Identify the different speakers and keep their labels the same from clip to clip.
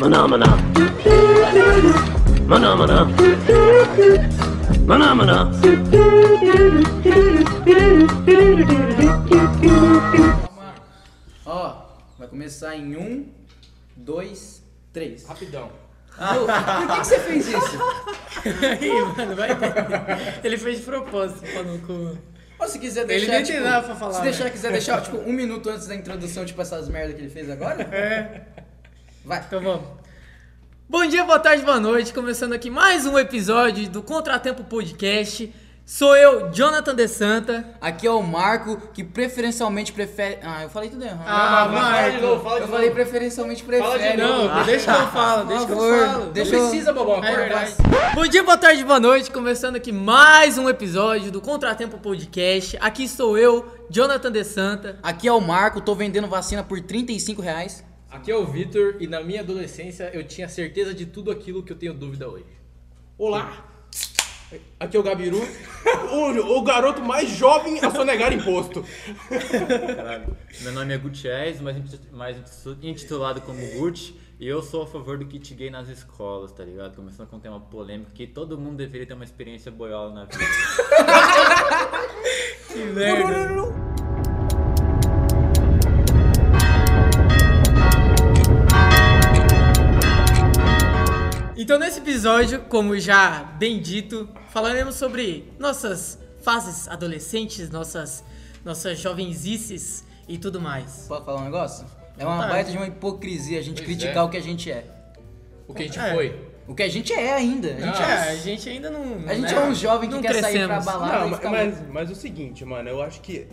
Speaker 1: Maná, maná. Maná, maná. Maná, maná.
Speaker 2: Calma. Ó, vai começar em um, dois, três.
Speaker 3: Rapidão.
Speaker 2: Lu, por que, que você fez isso?
Speaker 3: Aí, mano, vai entender. Ele fez de propósito, pau no cu.
Speaker 2: Ou se quiser
Speaker 3: Ele
Speaker 2: deixar.
Speaker 3: nem
Speaker 2: tipo,
Speaker 3: tem nada pra falar,
Speaker 2: Se
Speaker 3: né?
Speaker 2: deixar, quiser deixar, tipo, um minuto antes da introdução, tipo, essas merda que ele fez agora,
Speaker 3: É,
Speaker 2: vai.
Speaker 3: então vamos. Bom dia, boa tarde, boa noite. Começando aqui mais um episódio do Contratempo Podcast. Sou eu, Jonathan De Santa.
Speaker 2: Aqui é o Marco, que preferencialmente prefere. Ah, eu falei tudo errado.
Speaker 3: Ah,
Speaker 4: Fala de
Speaker 3: Marco.
Speaker 4: novo, fala de
Speaker 2: eu
Speaker 4: novo.
Speaker 2: falei preferencialmente
Speaker 4: Fala
Speaker 2: prefere.
Speaker 4: de
Speaker 3: É, Não, deixa que eu falo, deixa que eu falo.
Speaker 2: Deixa
Speaker 3: eu-
Speaker 2: eu... Precisa, bobão,
Speaker 3: É
Speaker 2: acorda,
Speaker 3: verdade.
Speaker 2: vai.
Speaker 3: Bom dia, boa tarde, boa noite. Começando aqui mais um episódio do Contratempo Podcast. Aqui sou eu, Jonathan De Santa.
Speaker 2: Aqui é o Marco, tô vendendo vacina por 35 reais.
Speaker 4: Aqui é o Vitor e na minha adolescência eu tinha certeza de tudo aquilo que eu tenho dúvida hoje. Olá! Aqui é o Gabiru.
Speaker 5: O, o garoto mais jovem a sonegar imposto.
Speaker 6: Meu nome é Gutierrez, mais, inti- mais intitulado como Gut, e eu sou a favor do kit gay nas escolas, tá ligado? Começando com um tema polêmico que todo mundo deveria ter uma experiência boiola na vida.
Speaker 3: Que merda. Então nesse episódio, como já bem dito, falaremos sobre nossas fases adolescentes, nossas nossas jovenzices e tudo mais.
Speaker 2: Posso falar um negócio? É uma
Speaker 3: Vontade.
Speaker 2: baita de uma hipocrisia a gente criticar
Speaker 4: é.
Speaker 2: o que a gente é.
Speaker 4: O que a gente
Speaker 3: É.
Speaker 4: foi?
Speaker 2: O que a gente é ainda. A gente,
Speaker 3: É,
Speaker 2: é,
Speaker 3: a gente ainda não.
Speaker 2: a gente
Speaker 3: né?
Speaker 2: é um jovem que
Speaker 3: Não
Speaker 2: quer sair pra
Speaker 3: crescemos.
Speaker 2: balada
Speaker 5: Não,
Speaker 2: e
Speaker 5: mas,
Speaker 2: ficar
Speaker 5: mas, mas o seguinte, mano, eu acho que.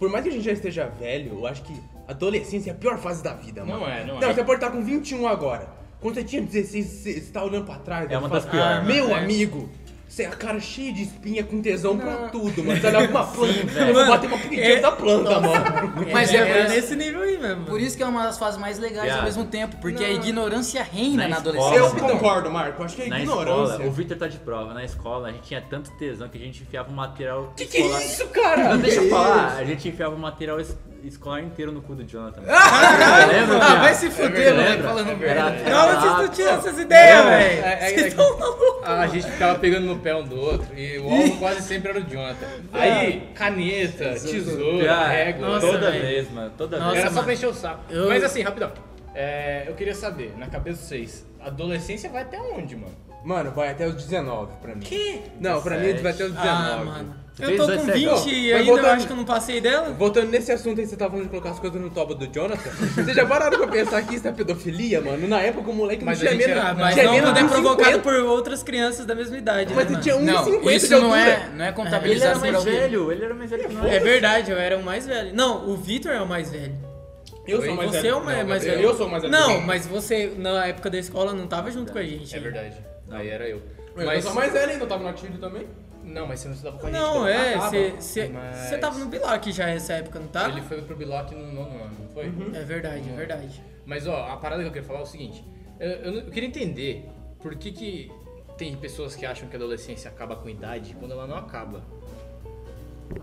Speaker 5: Por mais que a gente já esteja velho, eu acho que adolescência é a pior fase da vida, mano.
Speaker 4: Não é, não é.
Speaker 5: você pode estar com 21 agora. Quando você tinha 16, você você tá olhando pra trás.
Speaker 6: É
Speaker 5: você
Speaker 6: uma
Speaker 5: fala,
Speaker 6: das piores,
Speaker 5: "Ah,
Speaker 6: mano."
Speaker 5: Meu amigo, você é a cara cheia de espinha com tesão pra tudo, mano. Você olha pra uma planta, eu vou bater uma punheta
Speaker 3: é-
Speaker 5: da planta, mano.
Speaker 2: Mas
Speaker 3: Mas
Speaker 2: é,
Speaker 3: é,
Speaker 2: é-
Speaker 3: nesse nível aí mesmo.
Speaker 2: Por isso que é uma das fases mais legais ao
Speaker 6: Viado.
Speaker 2: mesmo tempo, porque a ignorância reina na,
Speaker 6: Na escola,
Speaker 2: adolescência.
Speaker 5: Eu
Speaker 6: Então,
Speaker 5: concordo, Marco. Acho que é
Speaker 6: Na
Speaker 5: ignorância.
Speaker 6: escola, o Victor tá de prova, na escola a gente tinha tanto tesão que a gente enfiava um material
Speaker 5: Que que é isso, cara?
Speaker 6: Não, deixa eu
Speaker 5: Que
Speaker 6: falar,
Speaker 5: isso?
Speaker 6: a gente enfiava um material es- escolar inteiro no cu do Jonathan. Caralho! Lembra,
Speaker 3: Ah, vai
Speaker 6: viado?
Speaker 3: se fuder, moleque,
Speaker 6: Lembra?
Speaker 3: falando
Speaker 6: Era-
Speaker 3: merda.
Speaker 6: era
Speaker 3: Não, Ah, vocês
Speaker 6: lá-
Speaker 3: não tiram essas ideias, velho.
Speaker 4: é- é-
Speaker 3: Vocês estão malucos.
Speaker 4: A gente ficava pegando no pé um do outro e o alvo quase sempre era o Jonathan. Aí, caneta, tesoura,
Speaker 6: Viado,
Speaker 4: régua.
Speaker 3: Nossa,
Speaker 6: toda
Speaker 3: velho.
Speaker 6: vez, mano, toda
Speaker 3: Nossa,
Speaker 4: Era
Speaker 6: vez.
Speaker 4: só pra encher o saco.
Speaker 3: Eu-
Speaker 4: Mas assim, rapidão. É, eu queria saber, na cabeça de vocês, adolescência vai até onde, mano?
Speaker 5: Mano, vai até os 19 pra mim.
Speaker 3: Que?
Speaker 5: Não, pra mim vai até os 19.
Speaker 3: Ah, mano. Eu
Speaker 6: Fez
Speaker 3: tô com
Speaker 6: 17.
Speaker 3: 20 e
Speaker 5: Mas
Speaker 3: ainda eu
Speaker 5: voltando-
Speaker 3: acho que eu não passei dela.
Speaker 5: Voltando nesse assunto aí, você tava falando de colocar as coisas no toba do Jonathan. Vocês já pararam pra pensar que isso é pedofilia, mano? Na época o moleque
Speaker 4: Mas a
Speaker 5: não tinha
Speaker 4: gente
Speaker 5: menos.
Speaker 4: era-
Speaker 3: Ah, mas
Speaker 5: tinha
Speaker 3: não
Speaker 5: menos
Speaker 3: poder
Speaker 5: de
Speaker 3: provocado
Speaker 5: 50,
Speaker 3: por outras crianças da mesma idade, né,
Speaker 5: Mas você
Speaker 3: mano?
Speaker 5: tinha 1,50 de
Speaker 2: isso não é,
Speaker 5: altura.
Speaker 2: não é
Speaker 6: Ele era
Speaker 2: contabilização
Speaker 6: mais
Speaker 2: pra alguém.
Speaker 6: velho, ele era mais velho que nós.
Speaker 3: É verdade, eu era o mais velho. Não, o Vitor é o mais velho.
Speaker 5: Eu sou mais
Speaker 3: você
Speaker 5: velho.
Speaker 3: é o mais,
Speaker 5: Não,
Speaker 3: mais
Speaker 5: eu-
Speaker 3: velho.
Speaker 5: Eu sou mais velho.
Speaker 3: Não, mas você, na época da escola, não tava junto com a gente.
Speaker 4: É verdade. Aí era eu.
Speaker 5: Eu sou mais velho ainda, eu tava na Tilde também.
Speaker 4: Não, mas você não estudava com a gente.
Speaker 3: Não,
Speaker 4: quando
Speaker 3: é,
Speaker 4: tava.
Speaker 3: você
Speaker 4: Mas
Speaker 3: tava no Bilac já nessa época, não tava?
Speaker 4: Ele foi pro Biloc no nono ano, não foi?
Speaker 3: É verdade, é verdade.
Speaker 4: Mas ó, a parada que eu queria falar é o seguinte: eu, eu não- eu queria entender por que, que tem pessoas que acham que a adolescência acaba com idade quando ela não acaba.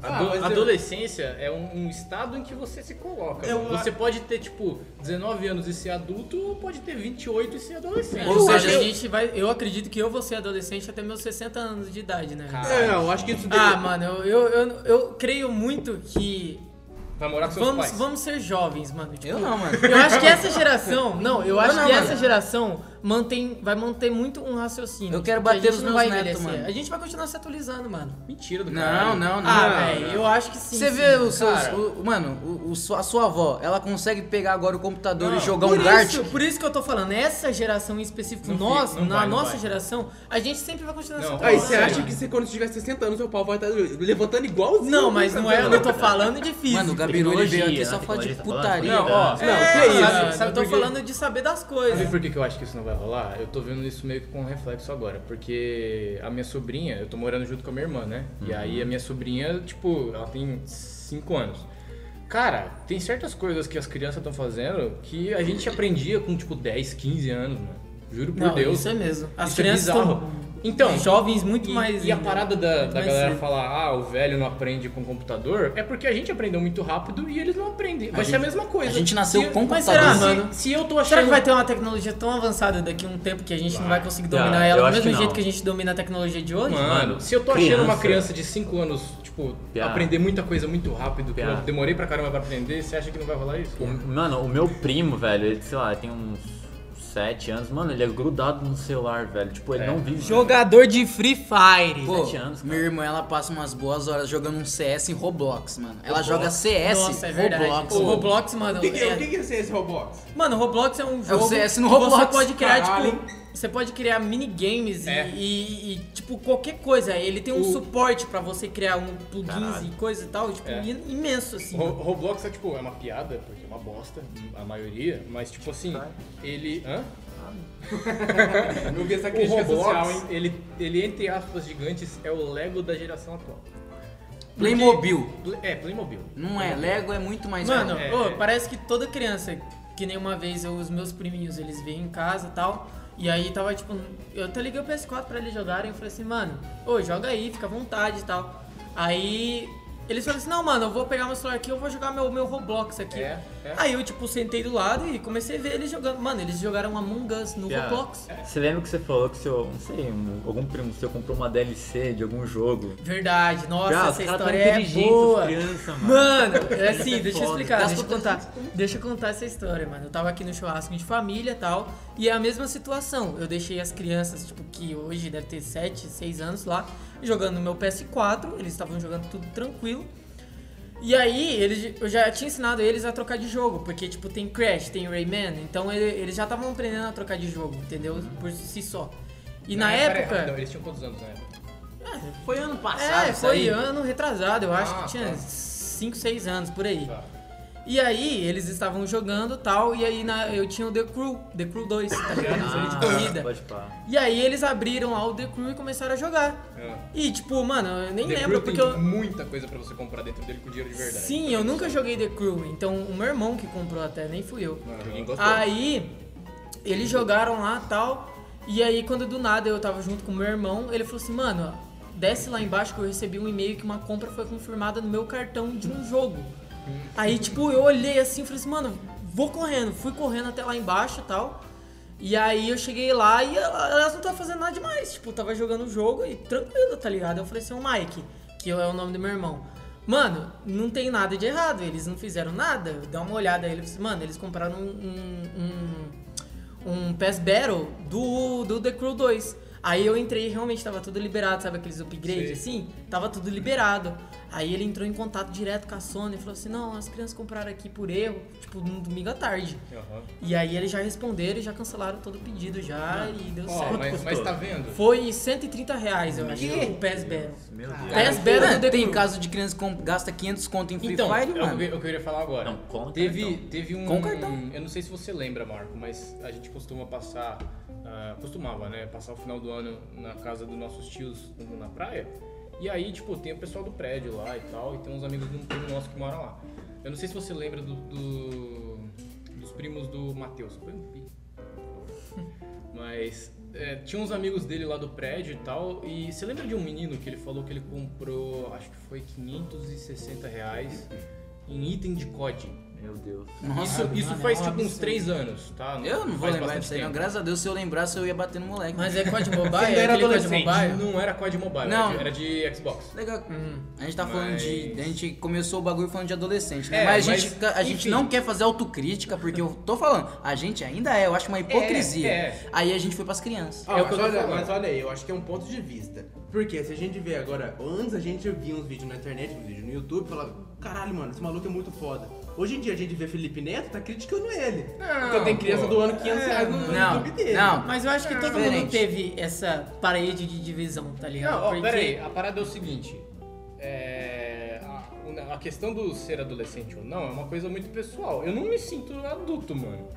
Speaker 4: A
Speaker 5: Ah,
Speaker 4: ado-
Speaker 5: mas eu-
Speaker 4: adolescência é um, um estado em que você se coloca.
Speaker 5: Eu-
Speaker 4: Você pode ter, tipo, 19 anos e ser adulto, ou pode ter 28 e ser adolescente.
Speaker 3: Ou seja,
Speaker 5: acho-
Speaker 3: a gente vai. Eu acredito que eu vou ser adolescente até meus 60 anos de idade, né?
Speaker 4: Cara.
Speaker 5: É, não, eu acho que isso
Speaker 3: Ah, mano, eu, eu, eu, eu creio muito que.
Speaker 4: Vai morar com seus
Speaker 3: Vamos,
Speaker 4: pais.
Speaker 3: vamos ser jovens, mano. tipo,
Speaker 2: Eu não, mano.
Speaker 3: Eu acho que essa geração. Não, eu acho
Speaker 2: não,
Speaker 3: que
Speaker 2: mano.
Speaker 3: essa geração mantém, vai manter muito um raciocínio.
Speaker 2: Eu quero
Speaker 3: Tipo, a
Speaker 2: bater
Speaker 3: gente
Speaker 2: nos
Speaker 3: não
Speaker 2: meus
Speaker 3: vai
Speaker 2: netos,
Speaker 3: envelhecer.
Speaker 2: mano.
Speaker 3: A gente vai continuar se atualizando, mano.
Speaker 4: Mentira do
Speaker 2: Não,
Speaker 4: caralho.
Speaker 2: não, não.
Speaker 3: ah,
Speaker 2: não.
Speaker 3: velho, eu acho que sim.
Speaker 2: Você
Speaker 3: sim.
Speaker 2: vê os seus.
Speaker 4: cara.
Speaker 2: o- mano, o, o sua- a sua avó, ela consegue pegar agora o computador e jogar
Speaker 3: por
Speaker 2: um dart.
Speaker 3: isso, por isso que eu tô falando, essa geração em específico,
Speaker 4: Não
Speaker 3: nós,
Speaker 4: fica, não
Speaker 3: na
Speaker 4: vai, não
Speaker 3: nossa
Speaker 4: vai.
Speaker 3: geração, a gente sempre vai continuar se
Speaker 4: Não,
Speaker 5: Aí
Speaker 3: atualizando.
Speaker 5: você acha que se quando tiver 60 anos, seu pau vai estar levantando igualzinho.
Speaker 3: Não, mas não é, eu não tô falando de físico. É,
Speaker 2: Mano, o Gabiru ele veio aqui
Speaker 6: Tecnologia,
Speaker 2: só
Speaker 6: né?
Speaker 2: falar de
Speaker 6: Tecnologia,
Speaker 2: putaria.
Speaker 6: falando de
Speaker 2: ó.
Speaker 5: Não, que é isso?
Speaker 3: Sabe,
Speaker 4: Sabe
Speaker 3: eu tô
Speaker 4: por quê?
Speaker 3: falando de saber das
Speaker 4: Sabe
Speaker 3: coisas.
Speaker 4: por que, que eu acho que isso não vai rolar? Eu tô vendo isso meio que com reflexo agora. Porque a minha sobrinha, eu tô morando junto com a minha irmã, né? E
Speaker 2: Uhum.
Speaker 4: aí a minha sobrinha, tipo, ela tem 5 anos. Cara, tem certas coisas que as crianças estão fazendo que a gente aprendia com, tipo, 10, 15 anos, mano. Juro por
Speaker 3: Não,
Speaker 4: Deus.
Speaker 3: isso é mesmo. As
Speaker 4: Isso é
Speaker 3: crianças
Speaker 4: bizarro.
Speaker 3: estão
Speaker 4: Então,
Speaker 3: jovens muito
Speaker 4: E,
Speaker 3: mais.
Speaker 4: e a parada da,
Speaker 3: muito
Speaker 4: da
Speaker 3: mais
Speaker 4: galera
Speaker 3: cedo.
Speaker 4: falar, ah, o velho não aprende com computador, é porque a gente aprendeu muito rápido e eles não aprendem. Vai
Speaker 2: A
Speaker 4: ser a
Speaker 2: gente-
Speaker 4: mesma coisa.
Speaker 2: a gente nasceu
Speaker 4: Se-
Speaker 2: com
Speaker 4: mas
Speaker 2: computador.
Speaker 4: será,
Speaker 3: Ah,
Speaker 4: mano?
Speaker 3: mano.
Speaker 4: Se eu tô achando...
Speaker 3: Será que vai ter uma tecnologia tão avançada daqui a um tempo que a gente não vai conseguir
Speaker 4: tá,
Speaker 6: Vai.
Speaker 3: dominar
Speaker 6: Ah, eu
Speaker 3: ela do
Speaker 6: acho
Speaker 3: mesmo
Speaker 6: que
Speaker 3: jeito
Speaker 6: não.
Speaker 3: que a gente domina a tecnologia de hoje?
Speaker 4: Mano,
Speaker 6: Mano,
Speaker 4: se eu tô achando uma criança
Speaker 6: criança
Speaker 4: de 5 anos, tipo,
Speaker 6: Piá.
Speaker 4: aprender muita coisa muito rápido, que eu
Speaker 6: Piá.
Speaker 4: demorei pra caramba pra aprender, você acha que não vai rolar isso?
Speaker 6: O- mano, o meu primo, velho, ele, sei lá, tem uns 7 anos, mano, ele é grudado no celular, velho. Tipo, ele
Speaker 4: É.
Speaker 6: não vive.
Speaker 3: Jogador de Free Fire.
Speaker 2: Pô,
Speaker 6: Sete anos, cara.
Speaker 2: minha irmã, ela passa umas boas horas jogando um CS em Roblox, mano. Ela joga CS
Speaker 3: Nossa, é verdade.
Speaker 2: Roblox.
Speaker 3: O Roblox, mano.
Speaker 5: O que, que,
Speaker 3: é-
Speaker 5: o que que é esse esse Roblox?
Speaker 3: Mano, Roblox é um jogo.
Speaker 2: CS no
Speaker 3: que Você
Speaker 2: Roblox,
Speaker 3: pode criar,
Speaker 5: caralho.
Speaker 3: tipo. Você pode criar minigames e-
Speaker 4: É.
Speaker 3: e, e, tipo, qualquer coisa. Ele tem um suporte pra você criar um plugins
Speaker 6: Caralho.
Speaker 3: e coisa e tal. Tipo,
Speaker 4: É.
Speaker 3: im- imenso, assim.
Speaker 4: Ro- Roblox é tipo, é uma piada, porque é uma bosta, a maioria, mas tipo assim,
Speaker 6: Tá.
Speaker 4: ele. Hã?
Speaker 5: Eu vi essa
Speaker 4: O
Speaker 5: crítica social, hein?
Speaker 4: Roblox, ele, ele, entre aspas gigantes, é o Lego da geração atual.
Speaker 2: Playmobil.
Speaker 4: Play- É, Playmobil.
Speaker 2: Não é, Lego é muito mais...
Speaker 3: Mano,
Speaker 4: É,
Speaker 3: ô,
Speaker 4: é.
Speaker 3: parece que toda criança, que nem uma vez eu- os meus priminhos, eles vêm em casa e tal. E aí tava tipo, eu até liguei o PS4 pra eles jogarem. Eu falei assim, mano, ô, joga aí, fica à vontade e tal. Aí eles falaram assim: não, mano, eu vou pegar meu celular aqui, eu vou jogar meu, meu Roblox aqui.
Speaker 4: É, é.
Speaker 3: Aí eu, tipo, sentei do lado e comecei a ver eles jogando. Mano, eles jogaram Among Us no
Speaker 6: Piá.
Speaker 3: Roblox.
Speaker 6: Você lembra que você falou que seu, não sei, um- algum primo seu comprou uma DLC de algum jogo?
Speaker 3: Verdade, nossa,
Speaker 6: Piá, os
Speaker 3: essa
Speaker 6: caras tão
Speaker 3: história é
Speaker 6: inteligentes,
Speaker 3: boa.
Speaker 6: as crianças, mano.
Speaker 3: Mano, é assim,
Speaker 6: É
Speaker 3: deixa eu
Speaker 6: foda.
Speaker 3: explicar,
Speaker 2: Das
Speaker 3: deixa eu
Speaker 2: outras
Speaker 3: contar. Deixa eu contar essa história, mano. Eu tava aqui no churrasco de família e tal, e é a mesma situação. Eu deixei as crianças, tipo, que hoje deve ter 7, 6 anos lá, jogando no meu PS4, eles estavam jogando tudo tranquilo. E aí, eles, eu já tinha ensinado eles a trocar de jogo, porque, tipo, tem Crash, tem Rayman, então ele- eles já estavam aprendendo a trocar de jogo, entendeu? Por si só. E na,
Speaker 4: Ah, pera aí,
Speaker 3: época.
Speaker 4: rapidão, eles tinham quantos anos na época?
Speaker 2: foi ano
Speaker 3: É,
Speaker 2: isso
Speaker 3: foi
Speaker 2: aí.
Speaker 3: ano retrasado, eu acho
Speaker 4: Ah,
Speaker 3: que tinha
Speaker 4: tá.
Speaker 3: 5, 6 anos por aí.
Speaker 4: Tá.
Speaker 3: E aí, eles estavam jogando e tal, e aí na- eu tinha o The Crew, The Crew 2,
Speaker 4: Ah,
Speaker 3: tá ligado? Jogo de corrida.
Speaker 6: Pode pá.
Speaker 3: E aí eles abriram lá o The Crew e começaram a jogar.
Speaker 4: É.
Speaker 3: E tipo, mano, eu nem
Speaker 4: Ah. The
Speaker 3: lembro
Speaker 4: Crew
Speaker 3: porque
Speaker 4: tem
Speaker 3: eu.
Speaker 4: muita coisa pra você comprar dentro dele com dinheiro de verdade.
Speaker 3: Sim, eu nunca joguei The Crew, então o meu irmão que comprou até, nem fui eu.
Speaker 4: Mano, ninguém gostou.
Speaker 3: Ah, Aí eles jogaram lá tal. E aí, quando do nada eu tava junto com meu irmão, ele falou assim: Mano, desce lá embaixo que eu recebi um e-mail que uma compra foi confirmada no meu cartão de um jogo. Aí, tipo, eu olhei assim e falei assim: Mano, vou correndo. Fui correndo até lá embaixo tal. E aí eu cheguei lá e ela- elas não estavam fazendo nada demais. Tipo, tava jogando o jogo e tranquilo, tá ligado? Eu falei assim: Ô Mike, que é o nome do meu irmão. Mano, não tem nada de errado, eles não fizeram nada. Dá uma olhada aí, eles, mano, eles compraram um, um, um, um PES Battle do, do The Crew 2. Aí eu entrei e realmente tava tudo liberado, sabe aqueles upgrades assim? Tava tudo liberado. Aí ele entrou em contato direto com a Sony e falou assim: não, as crianças compraram aqui por erro, tipo, no domingo à tarde.
Speaker 4: Aham.
Speaker 3: E aí eles já responderam e já cancelaram todo o pedido já e deu
Speaker 4: Ó,
Speaker 3: certo.
Speaker 4: mas, mas tá vendo?
Speaker 3: Foi 130 reais, eu acho, o Ah, PES Battle.
Speaker 6: Meu Deus.
Speaker 3: PES Battle do
Speaker 2: Mano,
Speaker 3: The
Speaker 2: tem
Speaker 3: Crew.
Speaker 2: caso de criança que comp- gasta 500 conto em Free
Speaker 4: Então, é o
Speaker 2: Fire,
Speaker 4: que
Speaker 2: mano.
Speaker 4: eu- eu queria falar agora.
Speaker 6: Não, com o
Speaker 4: teve,
Speaker 6: cartão.
Speaker 4: teve um.
Speaker 2: Com o cartão.
Speaker 4: Eu não sei se você lembra, Marco, mas a gente costuma passar. ah, costumava, né? Passar o final do ano na casa dos nossos tios na praia. E aí, tipo, tem o pessoal do prédio lá e tal, e tem uns amigos de um primo nosso que mora lá. Eu não sei se você lembra do, do- dos primos do Matheus. Põe um pi. Mas é, tinha uns amigos dele lá do prédio e tal. E você lembra de um menino que ele falou que ele comprou, acho que foi 560 reais em item de COD?
Speaker 6: então. Meu Deus.
Speaker 2: Nossa,
Speaker 4: isso isso
Speaker 3: mano,
Speaker 4: faz
Speaker 3: é um
Speaker 4: tipo uns
Speaker 3: absurdo.
Speaker 4: 3 anos, tá?
Speaker 2: eu não vou
Speaker 4: Faz
Speaker 2: lembrar
Speaker 4: bastante
Speaker 2: disso aí. não.
Speaker 4: tempo.
Speaker 2: Graças a Deus, se eu lembrasse, eu ia bater no moleque.
Speaker 3: Mas é COD Mobile?
Speaker 4: Você ainda
Speaker 3: é
Speaker 4: era
Speaker 3: aquele COD
Speaker 4: adolescente.
Speaker 3: Mobile?
Speaker 4: Não era COD Mobile,
Speaker 2: Não.
Speaker 4: era de era de Xbox.
Speaker 2: Legal. A gente tá falando de.
Speaker 4: Mas-
Speaker 2: A gente começou o bagulho falando de adolescente, né?
Speaker 4: É,
Speaker 2: mas a
Speaker 4: mas,
Speaker 2: gente, a gente
Speaker 4: enfim.
Speaker 2: não quer fazer autocrítica, porque eu tô falando, a gente ainda é, eu acho uma hipocrisia.
Speaker 4: é.
Speaker 2: Aí a gente foi pras crianças.
Speaker 5: Ah,
Speaker 4: É o que
Speaker 5: mas,
Speaker 4: eu tô
Speaker 5: olha,
Speaker 4: falando.
Speaker 5: mas olha aí, eu acho que é um ponto de vista. Porque se a gente vê agora, antes a gente via uns vídeos na internet, uns vídeos no YouTube, e falava, caralho, mano, esse maluco é muito foda. Hoje em dia a gente vê Felipe Neto, tá criticando ele.
Speaker 4: É.
Speaker 5: porque tem criança
Speaker 4: pô. É.
Speaker 5: doando 500 reais no, no
Speaker 2: Não,
Speaker 5: YouTube dele.
Speaker 2: não.
Speaker 3: Mas eu acho que todo mundo
Speaker 2: Ah. Diferente.
Speaker 3: teve essa parede de divisão, tá ligado?
Speaker 4: Não, ó,
Speaker 3: Porque-
Speaker 4: pera aí, a parada é o seguinte. é, a, a questão do ser adolescente ou não é uma coisa muito pessoal. Eu não me sinto adulto, mano.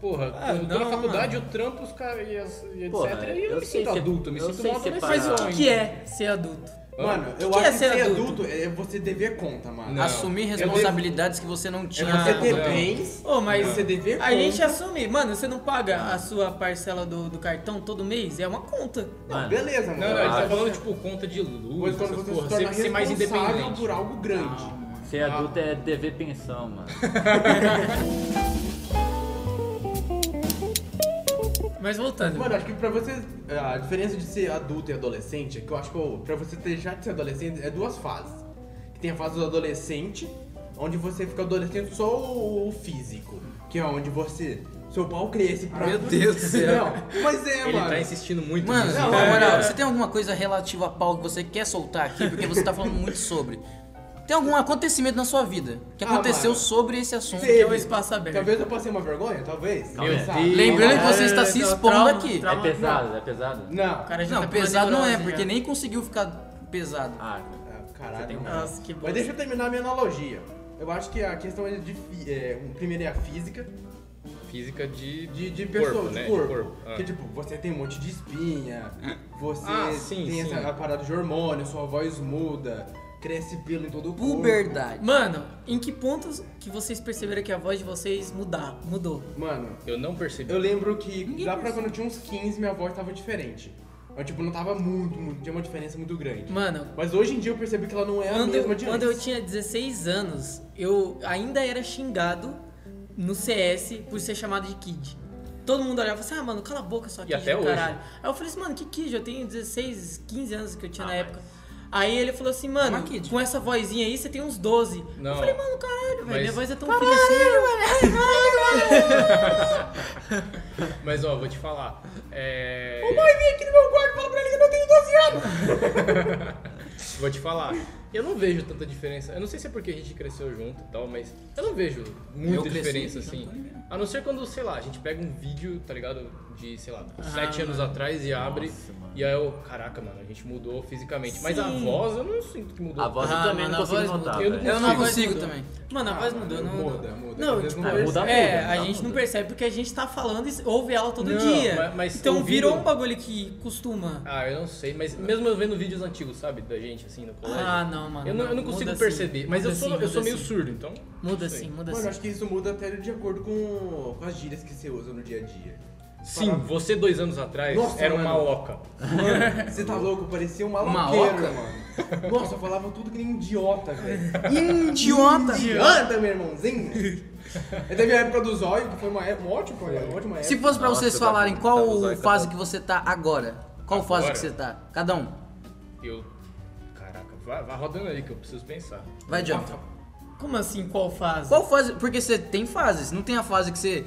Speaker 4: Porra,
Speaker 3: Ah,
Speaker 4: eu tô na
Speaker 3: não,
Speaker 4: faculdade, eu trampo os caras e, as- e etc.
Speaker 6: Porra,
Speaker 4: e eu,
Speaker 6: eu
Speaker 4: me
Speaker 6: sei
Speaker 4: sinto
Speaker 6: se-
Speaker 4: adulto, eu me
Speaker 6: eu
Speaker 4: sinto
Speaker 6: sei
Speaker 4: mal
Speaker 6: separar.
Speaker 4: adolescente.
Speaker 3: Mas o
Speaker 6: Ah,
Speaker 3: que, que é ser adulto?
Speaker 5: Mano, eu
Speaker 3: que
Speaker 5: acho
Speaker 3: é
Speaker 5: que
Speaker 3: ser
Speaker 5: ser
Speaker 3: adulto?
Speaker 5: adulto é você dever conta, mano.
Speaker 4: Não.
Speaker 2: Assumir
Speaker 5: Eu
Speaker 2: responsabilidades que você não
Speaker 5: É
Speaker 2: tinha.
Speaker 5: você ter
Speaker 4: não.
Speaker 5: bens,
Speaker 3: Ô, mas
Speaker 5: você dever
Speaker 3: a
Speaker 5: conta.
Speaker 3: gente assume. Mano, você não paga a sua parcela do, do cartão todo mês? É uma conta.
Speaker 5: Não,
Speaker 6: Mano,
Speaker 5: beleza, mano.
Speaker 4: Não, não, ele tá
Speaker 6: acho.
Speaker 4: falando, tipo, conta de luz,
Speaker 5: Mas quando
Speaker 4: essas
Speaker 5: você
Speaker 4: porra,
Speaker 5: se torna
Speaker 4: ser, ser mais
Speaker 5: responsável
Speaker 4: independente.
Speaker 5: por algo grande.
Speaker 6: Ser adulto é dever pensão, mano.
Speaker 3: Mas voltando.
Speaker 5: Mano, acho que pra você. é, A diferença de ser adulto e adolescente é que eu acho que ô, pra você deixar de ser adolescente é duas fases. Que tem a fase do adolescente, onde você fica adolescente só o o físico, que é onde você. Seu pau cresce pra.
Speaker 2: Meu Deus do céu.
Speaker 5: Não, mas é,
Speaker 4: Ele
Speaker 5: mano.
Speaker 4: tá insistindo muito
Speaker 2: Mano,
Speaker 4: nisso.
Speaker 5: Não,
Speaker 2: na moral,
Speaker 5: é.
Speaker 2: você tem alguma coisa relativa a pau que você quer soltar aqui? Porque você tá falando muito sobre. Tem algum acontecimento na sua vida que
Speaker 5: Ah,
Speaker 2: aconteceu
Speaker 5: mano.
Speaker 2: sobre esse assunto?
Speaker 5: Teve.
Speaker 3: é o espaço aberto.
Speaker 5: Talvez eu passei uma vergonha, talvez.
Speaker 6: Meu
Speaker 5: Sabe?
Speaker 6: Deus.
Speaker 2: Lembrando que
Speaker 3: Não,
Speaker 2: você está
Speaker 3: é,
Speaker 2: se
Speaker 3: não,
Speaker 2: expondo
Speaker 3: trauma-
Speaker 2: aqui.
Speaker 3: trauma-
Speaker 6: É pesado, é pesado?
Speaker 5: Não.
Speaker 3: O cara já
Speaker 2: Não,
Speaker 3: tá com
Speaker 2: pesado não é,
Speaker 3: neurose
Speaker 2: porque
Speaker 3: já.
Speaker 2: nem conseguiu ficar pesado.
Speaker 6: Ah,
Speaker 5: Ah, Caralho.
Speaker 6: Você tem um-
Speaker 5: mano.
Speaker 3: Nossa, que bosta.
Speaker 5: Mas deixa eu terminar a minha analogia. Eu acho que a questão é de. fi- É, um, primeiro é a física,
Speaker 4: Física de,
Speaker 5: de, de pessoa,
Speaker 4: corpo,
Speaker 5: de
Speaker 4: né?
Speaker 5: corpo.
Speaker 4: Ah.
Speaker 5: Que tipo, você tem um monte de espinha, você
Speaker 4: Ah, sim,
Speaker 5: tem
Speaker 4: sim.
Speaker 5: essa a parada de hormônio, sua voz muda, cresce pelo em todo o corpo.
Speaker 2: Puberdade.
Speaker 3: Mano, em que pontos que vocês perceberam que a voz de vocês mudar, mudou?
Speaker 5: Mano,
Speaker 4: Eu não percebi.
Speaker 5: eu lembro que lá pra quando eu tinha uns 15, minha voz tava diferente. Mas tipo, não tava muito, muito, tinha uma diferença muito grande.
Speaker 3: Mano,
Speaker 5: Mas hoje em dia eu percebi que ela não é a
Speaker 3: quando,
Speaker 5: mesma
Speaker 3: eu,
Speaker 5: de
Speaker 3: quando eu
Speaker 5: antes.
Speaker 3: tinha 16 anos, eu ainda era xingado no CS por ser chamado de Kid. Todo mundo olhava e falava assim, ah, mano, cala a boca, sua
Speaker 4: E
Speaker 3: Kid
Speaker 4: até
Speaker 3: do
Speaker 4: hoje.
Speaker 3: caralho. Aí eu falei assim, mano, que Kid? Eu tenho 16, 15 anos que eu
Speaker 4: Ah,
Speaker 3: tinha na época. Aí ele falou assim, mano,
Speaker 2: Mas Kid.
Speaker 3: com essa vozinha aí, você tem uns 12.
Speaker 4: Não.
Speaker 3: Eu falei, mano, caralho, velho,
Speaker 4: Mas-
Speaker 3: minha voz é tão fina assim.
Speaker 4: Mas ó, vou te falar. É.
Speaker 5: vem aqui no meu quarto e fala pra ele que eu não tenho 12 anos!
Speaker 4: Vou te falar. Eu não vejo tanta diferença. Eu não sei se é porque a gente cresceu junto e tal, mas eu não vejo muita
Speaker 2: cresci
Speaker 4: diferença
Speaker 2: junto
Speaker 4: assim.
Speaker 2: também.
Speaker 4: A não ser quando, sei lá, a gente pega um vídeo, tá ligado? De, sei lá, sete anos atrás e abre.
Speaker 6: mano.
Speaker 4: E aí eu, caraca, mano, a gente mudou fisicamente. Mas a
Speaker 3: Sim.
Speaker 4: voz eu não sinto que mudou.
Speaker 6: a voz
Speaker 3: Ah,
Speaker 6: eu também
Speaker 3: mano, a
Speaker 6: não consigo
Speaker 3: voz
Speaker 4: mudou.
Speaker 6: notar,
Speaker 4: Eu
Speaker 6: velho.
Speaker 4: não-
Speaker 2: Eu não
Speaker 4: Mas
Speaker 2: consigo
Speaker 4: mudou.
Speaker 2: também.
Speaker 3: Mano, a
Speaker 4: Ah,
Speaker 3: voz mudou, não
Speaker 5: Muda, muda.
Speaker 3: Não,
Speaker 5: às vezes
Speaker 3: tipo,
Speaker 5: não
Speaker 6: é, muda
Speaker 5: percebe.
Speaker 3: É,
Speaker 6: muda,
Speaker 3: a
Speaker 6: tá,
Speaker 3: gente não
Speaker 6: muda.
Speaker 3: percebe porque a gente tá falando e ouve ela todo
Speaker 4: Não,
Speaker 3: dia.
Speaker 4: mas- mas
Speaker 3: então
Speaker 4: ouvido-
Speaker 3: virou um bagulho que costuma.
Speaker 4: Ah, eu não sei, mas mesmo eu vendo vídeos antigos, sabe? Da gente, assim, no colégio.
Speaker 3: Ah, não, mano.
Speaker 4: eu não, eu não
Speaker 3: muda
Speaker 4: consigo
Speaker 3: sim,
Speaker 4: perceber. Mas eu
Speaker 3: muda
Speaker 4: sou,
Speaker 3: sim,
Speaker 4: eu sou
Speaker 3: muda assim.
Speaker 4: meio
Speaker 3: sim.
Speaker 4: surdo, então.
Speaker 3: Muda
Speaker 4: sei.
Speaker 3: sim, muda
Speaker 5: Mano,
Speaker 3: sim.
Speaker 5: acho que isso muda até de acordo com, com as gírias que você usa no dia a dia.
Speaker 4: Sim, você dois anos atrás
Speaker 5: Nossa,
Speaker 4: era
Speaker 5: mano.
Speaker 4: uma oca.
Speaker 5: Mano, você tá louco? Parecia um maloqueiro, mano. Nossa, eu falava tudo que nem um idiota, velho.
Speaker 2: Idiota!
Speaker 5: Idiota, meu irmãozinho! Eu teve a época do zóio, que foi uma, é- uma ótima, uma ótima época.
Speaker 2: Se fosse pra
Speaker 6: Nossa,
Speaker 2: vocês
Speaker 6: eu
Speaker 2: falarem
Speaker 6: tava-
Speaker 2: qual
Speaker 6: tava usando
Speaker 2: fase
Speaker 6: essa-
Speaker 2: que você tá agora, qual fase
Speaker 4: Agora?
Speaker 2: que você tá? Cada um.
Speaker 4: Eu. Caraca, vai, vai rodando aí que eu preciso pensar.
Speaker 2: Vai, Jonathan.
Speaker 3: Como assim, qual fase?
Speaker 2: Qual fase? Porque você tem fases. Não tem a fase que você.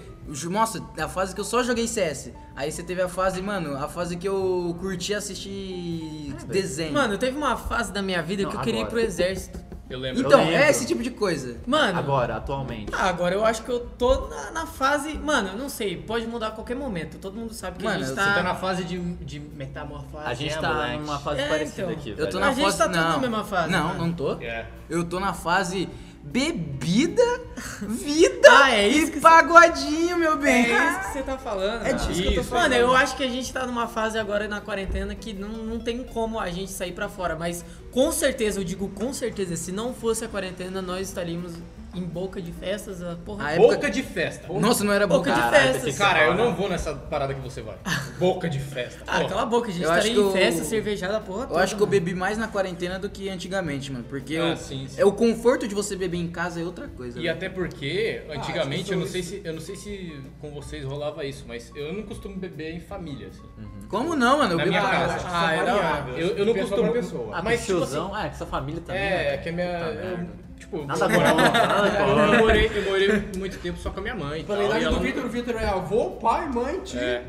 Speaker 2: Nossa, é a fase que eu só joguei CS. Aí você teve a fase, mano, a fase que eu curti assistir desenho.
Speaker 3: É, Mano, teve uma fase da minha vida
Speaker 6: Não,
Speaker 3: que eu queria ir pro
Speaker 6: agora.
Speaker 3: exército.
Speaker 4: Eu lembro.
Speaker 2: então,
Speaker 6: eu lembro.
Speaker 2: é esse tipo de coisa.
Speaker 3: Mano,
Speaker 6: Agora, atualmente.
Speaker 3: ah, agora eu acho que eu tô na, na fase. Mano, eu não sei, pode mudar a qualquer momento. Todo mundo sabe que a
Speaker 2: Mano, você
Speaker 3: gente tá.
Speaker 4: fase de, de metamorfose. né,
Speaker 6: A gente tá numa fase
Speaker 3: É,
Speaker 6: parecida
Speaker 3: então.
Speaker 6: aqui,
Speaker 2: Eu tô
Speaker 6: velho.
Speaker 2: na
Speaker 3: A gente
Speaker 2: fase.
Speaker 3: tá tudo
Speaker 2: não.
Speaker 3: na mesma fase,
Speaker 2: Não,
Speaker 3: né?
Speaker 2: não tô.
Speaker 4: É.
Speaker 2: Eu tô na fase bebida, vida
Speaker 3: Ah, é isso que
Speaker 2: e pagodinho, meu
Speaker 3: É
Speaker 2: bem.
Speaker 3: isso que você tá falando.
Speaker 2: É
Speaker 3: né?
Speaker 2: disso
Speaker 4: que eu tô falando.
Speaker 3: Mano, eu acho que a gente tá numa fase agora na quarentena que não, não tem como a gente sair pra fora. Mas com certeza, eu digo com certeza, se não fosse a quarentena, nós estaríamos em boca de festas, a porra.
Speaker 2: Ah,
Speaker 3: toda.
Speaker 2: é?
Speaker 4: Boca de festa.
Speaker 2: Nossa, não era bom.
Speaker 3: Boca de
Speaker 2: Cara,
Speaker 6: Caralho,
Speaker 3: festas.
Speaker 4: Cara, eu não vou nessa parada que você vai. Boca de festa.
Speaker 3: Ah,
Speaker 4: Pô,
Speaker 3: cala a boca, a gente
Speaker 2: Eu acho
Speaker 3: estaria
Speaker 2: que
Speaker 3: em
Speaker 2: eu-
Speaker 3: festa, cervejada, a porra.
Speaker 2: Eu acho que eu bebi mais na quarentena do que antigamente, mano. Porque
Speaker 4: Ah,
Speaker 2: eu-
Speaker 4: sim, sim.
Speaker 2: é o conforto de você beber em casa é outra coisa.
Speaker 4: E
Speaker 2: né?
Speaker 4: até porque, antigamente,
Speaker 5: Ah,
Speaker 4: eu, não
Speaker 5: isso.
Speaker 4: sei se, eu não sei se com vocês rolava isso, mas eu não costumo beber em família, assim.
Speaker 2: Como não, mano? Eu
Speaker 4: Na
Speaker 2: bebo
Speaker 4: minha
Speaker 2: em
Speaker 5: Ah, eu
Speaker 2: casa.
Speaker 5: acho que
Speaker 3: Ah,
Speaker 5: isso
Speaker 3: é
Speaker 5: é
Speaker 3: da hora.
Speaker 5: variável.
Speaker 4: Eu- eu não
Speaker 5: de pessoa
Speaker 4: costumo-
Speaker 5: pra pessoa.
Speaker 6: Ah,
Speaker 4: Mas,
Speaker 6: mas
Speaker 4: tipo
Speaker 6: tiozão, ah, é que sua família também.
Speaker 4: É, é que a minha.
Speaker 6: Puta
Speaker 4: eu-
Speaker 6: merda.
Speaker 4: tipo,
Speaker 6: Nada
Speaker 4: eu,
Speaker 6: bom, nada
Speaker 4: eu,
Speaker 6: bom.
Speaker 4: morei, eu morei muito tempo só com a minha mãe. e
Speaker 5: Pela
Speaker 4: tal, e
Speaker 5: idade
Speaker 4: ela
Speaker 5: do
Speaker 4: não-
Speaker 5: Vitor, o Vitor é avô, pai, mãe, tio.
Speaker 4: É.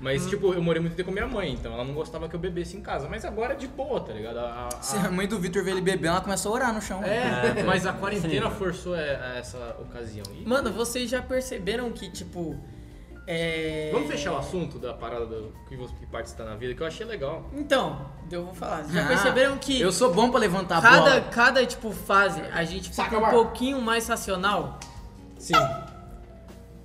Speaker 4: Mas, tipo, eu morei muito tempo com minha mãe, então ela não gostava que eu bebesse em casa. Mas agora é de boa, tá ligado? A- a-
Speaker 2: Se a mãe do Vitor vê ele bebendo, ela começa a orar no chão. mano.
Speaker 4: É, mas a quarentena
Speaker 6: Sim.
Speaker 4: forçou é, a essa ocasião. E
Speaker 3: Mano, vocês já perceberam que, tipo. É.
Speaker 4: vamos fechar o assunto da parada do que você que parte está na vida, que eu achei legal.
Speaker 3: Então, eu vou falar. Vocês já
Speaker 2: Ah,
Speaker 3: perceberam que.
Speaker 2: Eu sou bom pra levantar a
Speaker 3: Cada,
Speaker 2: bola.
Speaker 3: cada, tipo, fase, a gente
Speaker 5: Saca
Speaker 3: fica
Speaker 5: a
Speaker 3: um
Speaker 5: barra.
Speaker 3: pouquinho mais racional.
Speaker 4: Sim.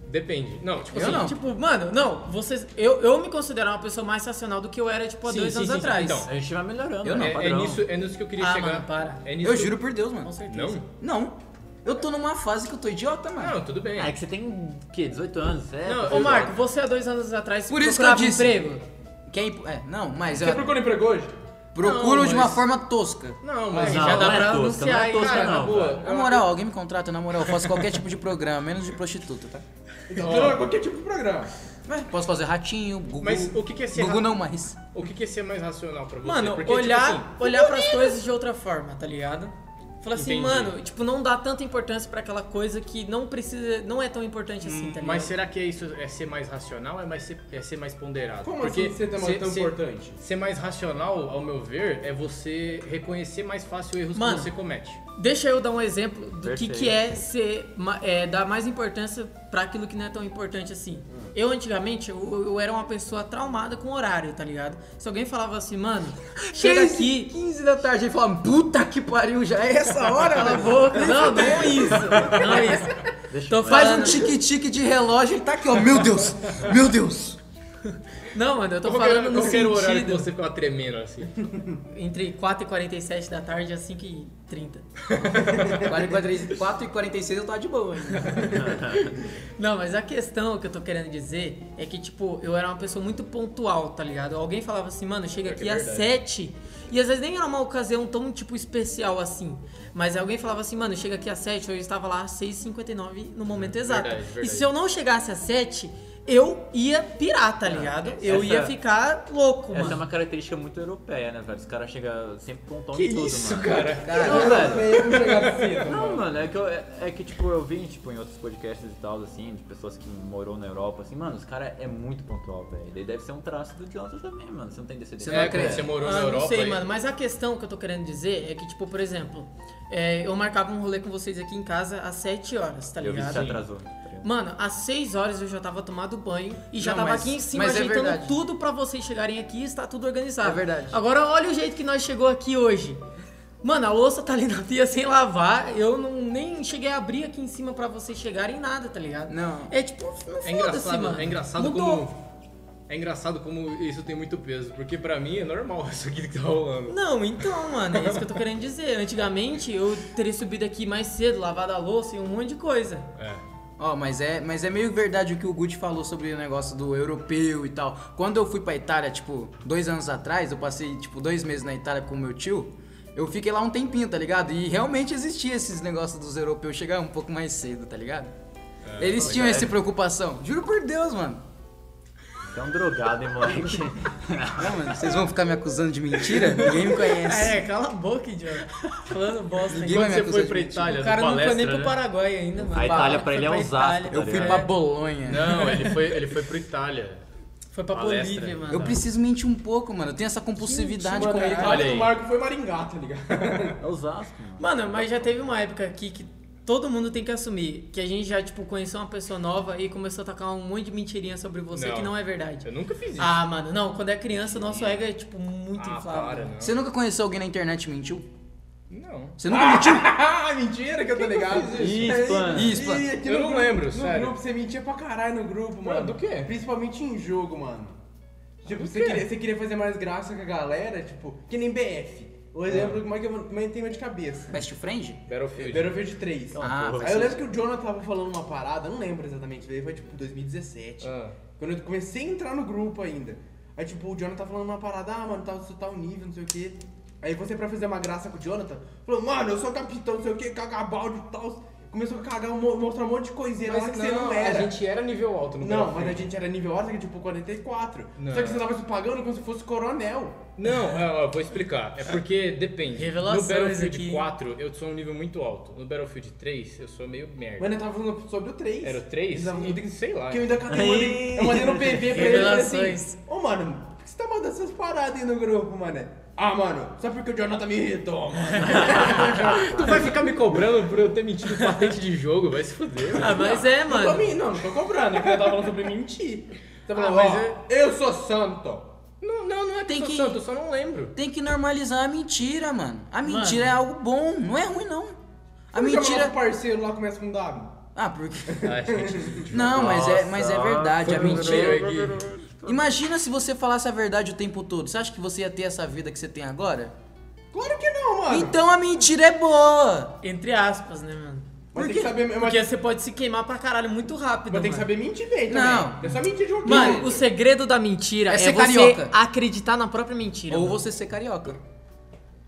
Speaker 4: Depende. Não, tipo
Speaker 2: Eu
Speaker 4: assim,
Speaker 2: não.
Speaker 3: Tipo, mano, não, vocês. Eu, eu me considero uma pessoa mais racional do que eu era, tipo, há
Speaker 4: Sim,
Speaker 3: dois
Speaker 4: sim,
Speaker 3: anos
Speaker 4: sim, sim.
Speaker 3: atrás.
Speaker 4: Então,
Speaker 6: A gente vai melhorando,
Speaker 4: é,
Speaker 6: né?
Speaker 4: é
Speaker 6: padrão.
Speaker 4: nisso, é nisso que eu queria
Speaker 3: Ah,
Speaker 4: chegar.
Speaker 3: mano, para.
Speaker 4: É nisso
Speaker 2: Eu juro por Deus, mano.
Speaker 3: Com certeza.
Speaker 4: Não?
Speaker 2: Não. Eu tô numa fase que eu tô idiota, mano.
Speaker 4: Não, tudo bem.
Speaker 6: Ah, é que você tem, o quê? 18 anos? É,
Speaker 4: Não,
Speaker 6: pô,
Speaker 3: Ô, Marco, você há dois anos atrás
Speaker 2: Por isso que eu
Speaker 3: procurava
Speaker 2: disse.
Speaker 3: emprego.
Speaker 2: Quem, é, não, mas
Speaker 5: Você
Speaker 2: eu
Speaker 4: um
Speaker 5: procura emprego hoje?
Speaker 2: procuro
Speaker 4: Não,
Speaker 2: de uma
Speaker 4: mas-
Speaker 2: forma tosca.
Speaker 4: Não, mas
Speaker 6: Não,
Speaker 4: já dá
Speaker 6: não é
Speaker 4: pra
Speaker 6: tosca,
Speaker 4: anunciar
Speaker 6: não é
Speaker 4: aí,
Speaker 6: tosca,
Speaker 4: cara, na
Speaker 6: não,
Speaker 4: boa.
Speaker 6: cara.
Speaker 2: Na moral, alguém me contrata, na moral, eu faço qualquer tipo de programa, menos de prostituta, tá?
Speaker 5: Então, oh. qualquer tipo de programa.
Speaker 2: Ué, Posso fazer ratinho, Gugu.
Speaker 4: Mas o que que é ser
Speaker 2: Gugu
Speaker 4: ra-
Speaker 2: não mais.
Speaker 4: O que que é ser mais racional pra você?
Speaker 3: Mano,
Speaker 4: Porque,
Speaker 3: olhar,
Speaker 4: Tipo assim,
Speaker 3: olhar pras coisas de outra forma, tá ligado? Falar assim,
Speaker 4: Entendi.
Speaker 3: mano, tipo, não dá tanta importância pra aquela coisa que não precisa, não é tão importante assim, tá ligado?
Speaker 4: mas será que é isso é ser mais racional ou é, mais ser, é ser mais ponderado?
Speaker 5: Como
Speaker 4: Porque
Speaker 5: assim ser tão-
Speaker 4: ser-
Speaker 5: tão
Speaker 4: ser-
Speaker 5: importante?
Speaker 4: Ser mais racional, ao meu ver, é você reconhecer mais fácil erros
Speaker 3: Mano.
Speaker 4: que você comete.
Speaker 3: Deixa eu dar um exemplo do que,
Speaker 6: Perfeito.
Speaker 3: que é ser ma- é, dar mais importância pra aquilo que não é tão importante assim.
Speaker 6: Hum.
Speaker 3: Eu antigamente eu, eu era uma pessoa traumada com horário, tá ligado? Se alguém falava assim, mano, chega aqui,
Speaker 2: 15 da tarde, ele fala, puta que pariu, já é essa hora,
Speaker 3: cala a
Speaker 2: mano.
Speaker 3: boca. Não, não isso. Não é isso.
Speaker 6: Deixa
Speaker 3: Tô
Speaker 6: eu-
Speaker 2: Faz um
Speaker 3: falando,
Speaker 2: tique-tique de relógio, ele tá aqui, ó. Meu Deus! Meu Deus!
Speaker 3: Não, mano, eu tô
Speaker 4: Qual que era-
Speaker 3: falando no
Speaker 4: qual que era o horário que
Speaker 3: sentido.
Speaker 4: você ficava tremendo assim?
Speaker 3: Entre 4 e 47 da tarde a 5 e 30.
Speaker 2: 4 e 46 eu tava de boa, né?
Speaker 3: Não, mas a questão que eu tô querendo dizer é que, tipo, eu era uma pessoa muito pontual, tá ligado? Alguém falava assim, mano, chega aqui
Speaker 6: é
Speaker 3: às sete. E às vezes nem era uma ocasião tão, tipo, especial assim. Mas alguém falava assim, mano, chega aqui às sete, eu estava lá às 6h59 no momento exato.
Speaker 4: verdade,
Speaker 3: E
Speaker 4: verdade.
Speaker 3: se eu não chegasse às sete, eu ia pirar, tá ligado? eu
Speaker 6: Ah, essa-
Speaker 3: ia ficar louco,
Speaker 6: Essa é
Speaker 3: mano.
Speaker 6: uma característica muito europeia, né, velho? Os caras chegam sempre pontuando em tudo, mano.
Speaker 4: cara?
Speaker 6: Não, velho.
Speaker 5: Eu vou chegar cedo.
Speaker 6: Não, mano, é que, eu- é, é que tipo, eu vi, tipo, em outros podcasts e tal, assim, de pessoas que morou na Europa, assim, mano, os caras é muito pontual, velho. Daí deve ser um traço do Jonathan também, mano. Você não tem
Speaker 4: Você
Speaker 6: descendência.
Speaker 4: não acredita? É, Você morou na
Speaker 3: Ah,
Speaker 4: Europa?
Speaker 3: Não sei,
Speaker 4: aí.
Speaker 3: mano, mas a questão que eu tô querendo dizer é que, tipo, por exemplo, é, eu marcava um rolê com vocês aqui em casa às 7 horas, tá
Speaker 6: Eu vi que
Speaker 3: ligado?
Speaker 6: você atrasou. tá ligado?
Speaker 3: Mano, às 6 horas eu já tava tomado banho e já
Speaker 2: Não,
Speaker 3: tava
Speaker 2: mas-
Speaker 3: aqui em cima
Speaker 2: mas é
Speaker 3: ajeitando
Speaker 2: verdade.
Speaker 3: tudo pra vocês chegarem aqui e está tudo organizado.
Speaker 2: É verdade.
Speaker 3: Agora olha o jeito que nós chegou aqui hoje. Mano, a louça tá ali na pia sem lavar. Eu não, nem cheguei a abrir aqui em cima pra vocês chegarem nada, tá ligado?
Speaker 2: Não.
Speaker 3: É tipo, não
Speaker 4: É
Speaker 3: foda-se, mano.
Speaker 4: engraçado, é engraçado
Speaker 3: Mudou.
Speaker 4: como. É engraçado como isso tem muito peso, porque pra mim é normal isso aqui que tá rolando.
Speaker 3: Não, então, mano, é isso que eu tô querendo dizer. Antigamente eu teria subido aqui mais cedo, lavado a louça e um monte de coisa.
Speaker 4: É.
Speaker 2: Ó, mas é, mas é meio verdade o que o Gucci falou sobre o negócio do europeu e tal. Quando eu fui pra Itália, tipo, dois anos atrás, eu passei, tipo, dois meses na Itália com meu tio. Eu fiquei lá um tempinho, tá ligado? E realmente existia esses negócios dos europeus chegar um pouco mais cedo, tá ligado? Eles tinham essa preocupação. Juro por Deus, mano.
Speaker 6: Você é um drogado, hein, moleque?
Speaker 2: Não, mano, vocês vão ficar me acusando de mentira? Ninguém me conhece.
Speaker 3: É, cala a boca, idiota. Falando bosta
Speaker 2: Ninguém
Speaker 3: aqui.
Speaker 2: vai
Speaker 4: Quando
Speaker 2: me
Speaker 4: você
Speaker 2: acusar
Speaker 4: foi
Speaker 2: de
Speaker 4: pra
Speaker 2: mentira.
Speaker 4: Itália,
Speaker 3: O cara
Speaker 4: no
Speaker 3: não foi
Speaker 4: palestra,
Speaker 3: nem pro
Speaker 4: né?
Speaker 3: Paraguai ainda, mano.
Speaker 6: A Itália
Speaker 3: Foi
Speaker 6: pra ele é
Speaker 3: Itália.
Speaker 6: Osasco, tá
Speaker 2: Eu fui
Speaker 6: ligado?
Speaker 2: pra Bolonha.
Speaker 4: Não, ele foi, ele foi pro Itália.
Speaker 3: Foi pra
Speaker 4: Palestra. né?
Speaker 3: Bolívia, mano.
Speaker 2: Eu preciso mentir um pouco, mano. Eu tenho essa compulsividade
Speaker 5: Mano,
Speaker 2: comigo.
Speaker 5: a
Speaker 4: Olha
Speaker 5: casa do
Speaker 4: aí.
Speaker 5: Marco foi Maringá, tá ligado?
Speaker 6: É Osasco, mano.
Speaker 3: Mano, mas já teve uma época aqui que todo mundo tem que assumir que a gente já, tipo, conheceu uma pessoa nova e começou a tacar um monte de mentirinha sobre você
Speaker 4: Não.
Speaker 3: que não é verdade.
Speaker 4: Eu nunca fiz isso.
Speaker 3: Ah, mano, não. Quando é criança, o nosso ego é, tipo, muito
Speaker 4: Ah,
Speaker 3: inflado.
Speaker 4: para,
Speaker 3: mano.
Speaker 4: não.
Speaker 2: Você nunca conheceu alguém na internet e mentiu?
Speaker 4: Não.
Speaker 2: Você nunca mentiu?
Speaker 5: ah, mentira que eu tô ligado. É
Speaker 6: Ih, Spana.
Speaker 2: Ih, Spana.
Speaker 5: Ih, aqui
Speaker 4: Eu
Speaker 5: no
Speaker 4: não
Speaker 5: grupo-
Speaker 4: lembro,
Speaker 5: No
Speaker 4: sério.
Speaker 5: grupo, você mentia pra caralho no grupo, mano.
Speaker 4: do quê?
Speaker 5: Principalmente em jogo, mano. Tipo, você
Speaker 4: quê?
Speaker 5: queria, você queria fazer mais graça com a galera, tipo, que nem BF. O exemplo, como é que eu mantei meu de cabeça?
Speaker 2: Best friend?
Speaker 4: Battlefield.
Speaker 5: Battlefield 3.
Speaker 2: Ah,
Speaker 5: Aí eu lembro que o Jonathan tava falando uma parada, não lembro exatamente, daí foi tipo 2017.
Speaker 4: Ah.
Speaker 5: Quando eu comecei a entrar no grupo ainda. Aí tipo, o Jonathan tava falando uma parada, ah, mano, tá tal nível, não sei o quê. Aí você pra fazer uma graça com o Jonathan, falou, mano, eu sou capitão, não sei o quê, cagabalde e tal. Começou a cagar, mo- mostrar um monte de coisinha
Speaker 4: é
Speaker 5: lá que você não era.
Speaker 4: A gente era nível alto no
Speaker 5: Não, mas
Speaker 4: Battlefield.
Speaker 5: a gente era nível alto, que é tipo 44.
Speaker 4: Não.
Speaker 5: Só que você tava se pagando como se fosse coronel.
Speaker 4: Não, é, ó, eu vou explicar. É porque depende.
Speaker 3: Revelações
Speaker 4: no Battlefield
Speaker 3: aqui.
Speaker 4: 4 eu sou um nível muito alto. No Battlefield 3 eu sou meio merda.
Speaker 5: Mas eu tava falando sobre o 3.
Speaker 4: Era o 3?
Speaker 5: Eles tavam-
Speaker 4: E, sei lá.
Speaker 5: Que eu ainda catei, mandei, eu mandei no PV pra ele e falei assim,
Speaker 3: Revelações.
Speaker 5: ô mano, por que você tá mandando essas paradas aí no grupo, mano? Ah, mano, só porque o Jonathan me irritou, mano.
Speaker 4: Tu vai ficar me cobrando por eu ter mentido patente de jogo, vai se fuder. mano.
Speaker 3: Ah, mas é,
Speaker 5: Não, tô
Speaker 3: mano.
Speaker 5: me- não, não tô cobrando, é que eu tava falando sobre mentir. Você
Speaker 4: Ah,
Speaker 5: falou,
Speaker 4: mas
Speaker 3: é-
Speaker 5: ó, eu sou santo.
Speaker 4: Não, não, não é que
Speaker 2: Tem
Speaker 4: eu sou
Speaker 2: que-
Speaker 4: santo, eu só não lembro.
Speaker 2: Tem que normalizar a mentira, mano. A mentira
Speaker 3: Mano.
Speaker 2: é algo bom, não é ruim, não. A
Speaker 5: Como chama
Speaker 2: mentira.
Speaker 5: nosso parceiro lá começa com W.
Speaker 2: Ah, porque.
Speaker 4: Acho que a gente
Speaker 2: Não, mas é, mas é
Speaker 6: Nossa.
Speaker 2: verdade, a mentira.
Speaker 4: veio aqui.
Speaker 2: Imagina se você falasse a verdade o tempo todo. Você acha que você ia ter essa vida que você tem agora?
Speaker 5: Claro que não, mano.
Speaker 2: Então a mentira é boa!
Speaker 3: Entre aspas, né, mano?
Speaker 5: Mas tem que saber. Mas,
Speaker 3: Porque você pode se queimar pra caralho muito rápido.
Speaker 5: mas tem
Speaker 4: é.
Speaker 5: que
Speaker 3: mano.
Speaker 5: saber mentir bem também.
Speaker 2: Não.
Speaker 5: É só mentir de um
Speaker 3: Mano, o segredo da mentira
Speaker 2: É
Speaker 3: é,
Speaker 2: ser
Speaker 3: você
Speaker 2: carioca.
Speaker 3: acreditar na própria mentira.
Speaker 2: Ou
Speaker 3: mano.
Speaker 2: você ser carioca.
Speaker 3: Uhum.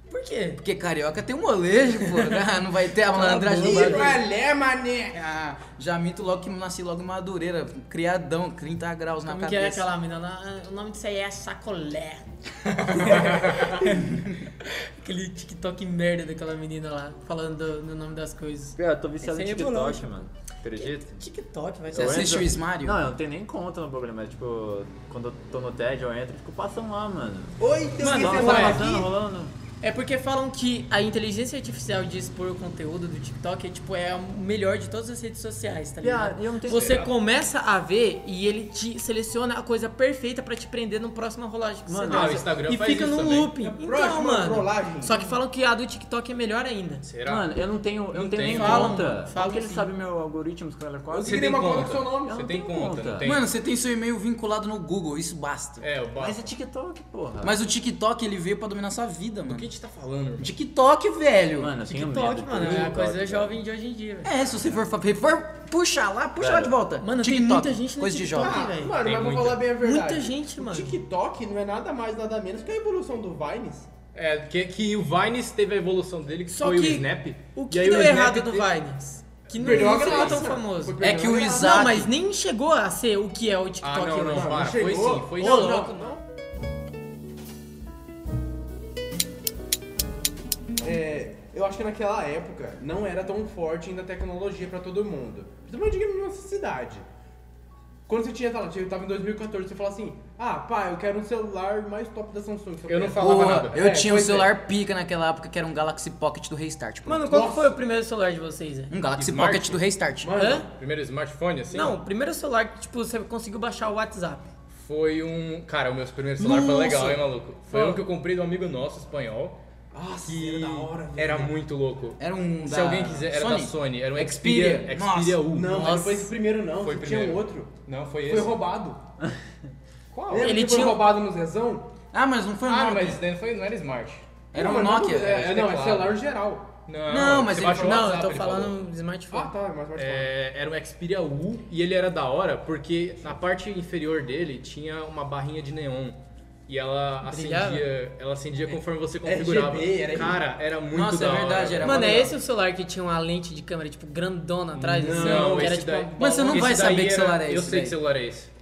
Speaker 3: Por quê?
Speaker 2: Porque carioca tem um molejo, pô. Ah, não vai ter a malandragem do
Speaker 5: Ih,
Speaker 2: bagulho.
Speaker 3: é,
Speaker 5: valé, mané.
Speaker 2: Ah, já minto logo que nasci logo em Madureira, criadão, 30 graus na
Speaker 3: Como que é
Speaker 2: cabeça.
Speaker 3: aquela mina? lá? Ah, O nome disso aí é sacolé. Aquele TikTok merda daquela menina lá, falando do, do nome das coisas.
Speaker 6: Cara, eu tô viciado em
Speaker 3: Esse aí é
Speaker 6: TikTok, mano. Acredita?
Speaker 3: TikTok, vai
Speaker 2: Você
Speaker 3: ser.
Speaker 6: Eu
Speaker 2: assiste
Speaker 6: entro-
Speaker 2: o Ismário?
Speaker 6: Não, eu não tenho nem conta no programa, mas tipo, quando eu tô no TED eu entro e fico passando lá, mano.
Speaker 5: Oi, teu
Speaker 6: Só
Speaker 5: celular
Speaker 6: vai
Speaker 5: aqui.
Speaker 6: passando, tá rolando.
Speaker 3: É porque falam que a inteligência artificial de expor o conteúdo do TikTok é tipo é o melhor de todas as redes sociais, tá
Speaker 6: Viado,
Speaker 3: ligado?
Speaker 6: eu não tenho-
Speaker 3: Você
Speaker 6: Será?
Speaker 3: começa a ver e ele te seleciona a coisa perfeita pra te prender no próximo rolagem que
Speaker 6: Mano,
Speaker 3: você
Speaker 6: ah,
Speaker 3: lança.
Speaker 4: o Instagram
Speaker 3: e
Speaker 4: faz
Speaker 3: fica
Speaker 4: isso
Speaker 3: num
Speaker 4: também.
Speaker 3: looping.
Speaker 5: É
Speaker 3: então,
Speaker 5: próximo à
Speaker 3: mano.
Speaker 5: trollagem.
Speaker 3: Só que falam que a do TikTok é melhor ainda.
Speaker 4: Será?
Speaker 6: Mano, eu não tenho, eu não
Speaker 4: Não
Speaker 6: tenho nem
Speaker 4: tem.
Speaker 3: Fala,
Speaker 6: conta.
Speaker 3: mano, fala
Speaker 6: Como que ele
Speaker 3: assim.
Speaker 6: sabe meu algoritmo, os caras quase?
Speaker 4: você tem
Speaker 5: queria uma conta
Speaker 4: conta.
Speaker 5: com seu nome.
Speaker 6: Eu
Speaker 4: Você
Speaker 6: não
Speaker 4: tem
Speaker 6: tenho
Speaker 4: conta,
Speaker 6: conta.
Speaker 4: não tem?
Speaker 2: Mano, você tem seu e-mail vinculado no Google, isso basta.
Speaker 4: é, o
Speaker 6: Mas
Speaker 4: bosta.
Speaker 6: é TikTok, porra.
Speaker 2: Mas o TikTok, ele veio pra dominar sua vida, mano.
Speaker 4: Do que a gente tá falando, irmão?
Speaker 2: TikTok, velho.
Speaker 6: Mano, eu tenho medo.
Speaker 3: TikTok,
Speaker 6: do
Speaker 3: mano, é a
Speaker 6: TikTok,
Speaker 3: coisa
Speaker 6: cara.
Speaker 3: jovem de hoje em dia, velho.
Speaker 2: É, se você for, for puxar lá, puxa lá
Speaker 6: Velho.
Speaker 2: de volta.
Speaker 3: Mano, tem
Speaker 2: TikTok,
Speaker 3: muita gente no
Speaker 2: coisa
Speaker 3: TikTok.
Speaker 2: de jovem.
Speaker 5: Ah,
Speaker 3: velho.
Speaker 5: mano,
Speaker 4: Tem
Speaker 5: mas vou
Speaker 4: muita-
Speaker 5: falar bem a verdade.
Speaker 3: Muita gente,
Speaker 5: o
Speaker 3: mano.
Speaker 5: TikTok não é nada mais, nada menos que a evolução do Vines.
Speaker 4: É, que, que o Vines teve a evolução dele, que
Speaker 3: Só
Speaker 4: foi
Speaker 3: que
Speaker 4: o Snap.
Speaker 3: O
Speaker 4: E
Speaker 3: que
Speaker 4: aí
Speaker 3: deu
Speaker 4: o Snap
Speaker 3: errado do
Speaker 4: teve-
Speaker 3: Vines? Que não,
Speaker 5: Perdeu a
Speaker 3: não ficou tão
Speaker 5: graça.
Speaker 3: famoso.
Speaker 5: Foi
Speaker 2: É que o
Speaker 5: perdeu a graça.
Speaker 2: Isaac...
Speaker 3: Não, mas nem chegou a ser o que é o
Speaker 4: Ah,
Speaker 3: TikTok
Speaker 4: não, não,
Speaker 3: hoje.
Speaker 4: para. Foi
Speaker 5: Chegou.
Speaker 4: sim, foi
Speaker 5: Ô,
Speaker 4: sim.
Speaker 5: não, não. É, eu acho que naquela época não era tão forte ainda a tecnologia pra todo mundo. Principalmente na nossa cidade. Quando você tinha, sei lá, eu tava em 2014, você falava assim, ah, pá, eu quero um celular mais top da Samsung.
Speaker 4: Eu não
Speaker 5: quero."
Speaker 4: falava
Speaker 2: Porra,
Speaker 4: nada.
Speaker 2: eu
Speaker 5: É,
Speaker 2: tinha um
Speaker 5: pois é.
Speaker 2: celular pica naquela época que era um Galaxy Pocket do Restart. pô.
Speaker 3: Mano, qual que
Speaker 5: Nossa.
Speaker 3: foi o primeiro celular de vocês? é?
Speaker 2: um Galaxy
Speaker 4: Smart?
Speaker 2: Pocket do Restart.
Speaker 5: Mano,
Speaker 3: Hã?
Speaker 4: Primeiro smartphone, assim?
Speaker 3: Não, o primeiro celular que tipo, você conseguiu baixar o WhatsApp.
Speaker 4: Foi um. Cara, o meu primeiro celular foi
Speaker 3: Nossa.
Speaker 4: legal, hein, maluco? Foi
Speaker 3: Fala.
Speaker 4: um que eu comprei de um amigo nosso, espanhol.
Speaker 5: Nossa,
Speaker 4: Que
Speaker 5: era da hora, velho.
Speaker 4: era muito louco.
Speaker 2: Era um
Speaker 4: Se
Speaker 2: da
Speaker 4: alguém quiser. Era da Sony, era um
Speaker 2: Xperia.
Speaker 4: Xperia,
Speaker 2: Nossa.
Speaker 4: Xperia U.
Speaker 5: Não, mas
Speaker 2: Nossa.
Speaker 5: não foi esse primeiro
Speaker 4: Foi
Speaker 5: não, você tinha
Speaker 4: primeiro.
Speaker 5: um outro.
Speaker 4: Não, foi
Speaker 5: Foi
Speaker 4: esse.
Speaker 5: roubado.
Speaker 4: Qual?
Speaker 5: Lembra
Speaker 3: Ele
Speaker 5: que foi
Speaker 3: tinha um-
Speaker 5: roubado no Zezão?
Speaker 2: Ah, mas não foi um
Speaker 4: Ah,
Speaker 2: Nokia.
Speaker 4: mas esse daí não, foi, não era smart.
Speaker 2: Era
Speaker 5: Não,
Speaker 2: um
Speaker 5: mas não-
Speaker 2: Nokia.
Speaker 5: é,
Speaker 4: era de
Speaker 5: não, é
Speaker 4: teclado.
Speaker 5: celular geral.
Speaker 4: Não,
Speaker 2: Não, mas
Speaker 4: você
Speaker 2: ele-
Speaker 4: baixou o
Speaker 3: não,
Speaker 4: WhatsApp,
Speaker 3: eu tô
Speaker 4: ele falou.
Speaker 3: falando
Speaker 5: Ah,
Speaker 3: smartphone.
Speaker 5: tá, mas pode falar.
Speaker 4: É, era um Xperia U e ele era da hora porque na parte inferior dele tinha uma barrinha de neon. E ela
Speaker 3: Brilhava?
Speaker 4: acendia, ela
Speaker 2: É
Speaker 4: acendia conforme você configurava.
Speaker 5: RGB, era
Speaker 4: Cara, era muito
Speaker 2: Nossa,
Speaker 4: da
Speaker 2: é
Speaker 4: hora.
Speaker 2: verdade, era
Speaker 3: Mano, é
Speaker 2: legal.
Speaker 3: esse o celular que tinha uma lente de câmera, tipo, grandona atrás? assim,
Speaker 4: Não,
Speaker 3: que era,
Speaker 4: esse
Speaker 3: tipo,
Speaker 4: daí.
Speaker 3: uma
Speaker 2: Mas você não
Speaker 4: Esse
Speaker 2: vai
Speaker 4: daí
Speaker 2: saber que
Speaker 4: era-
Speaker 2: celular é
Speaker 4: Eu
Speaker 2: esse
Speaker 4: sei
Speaker 2: daí.
Speaker 4: que celular é esse.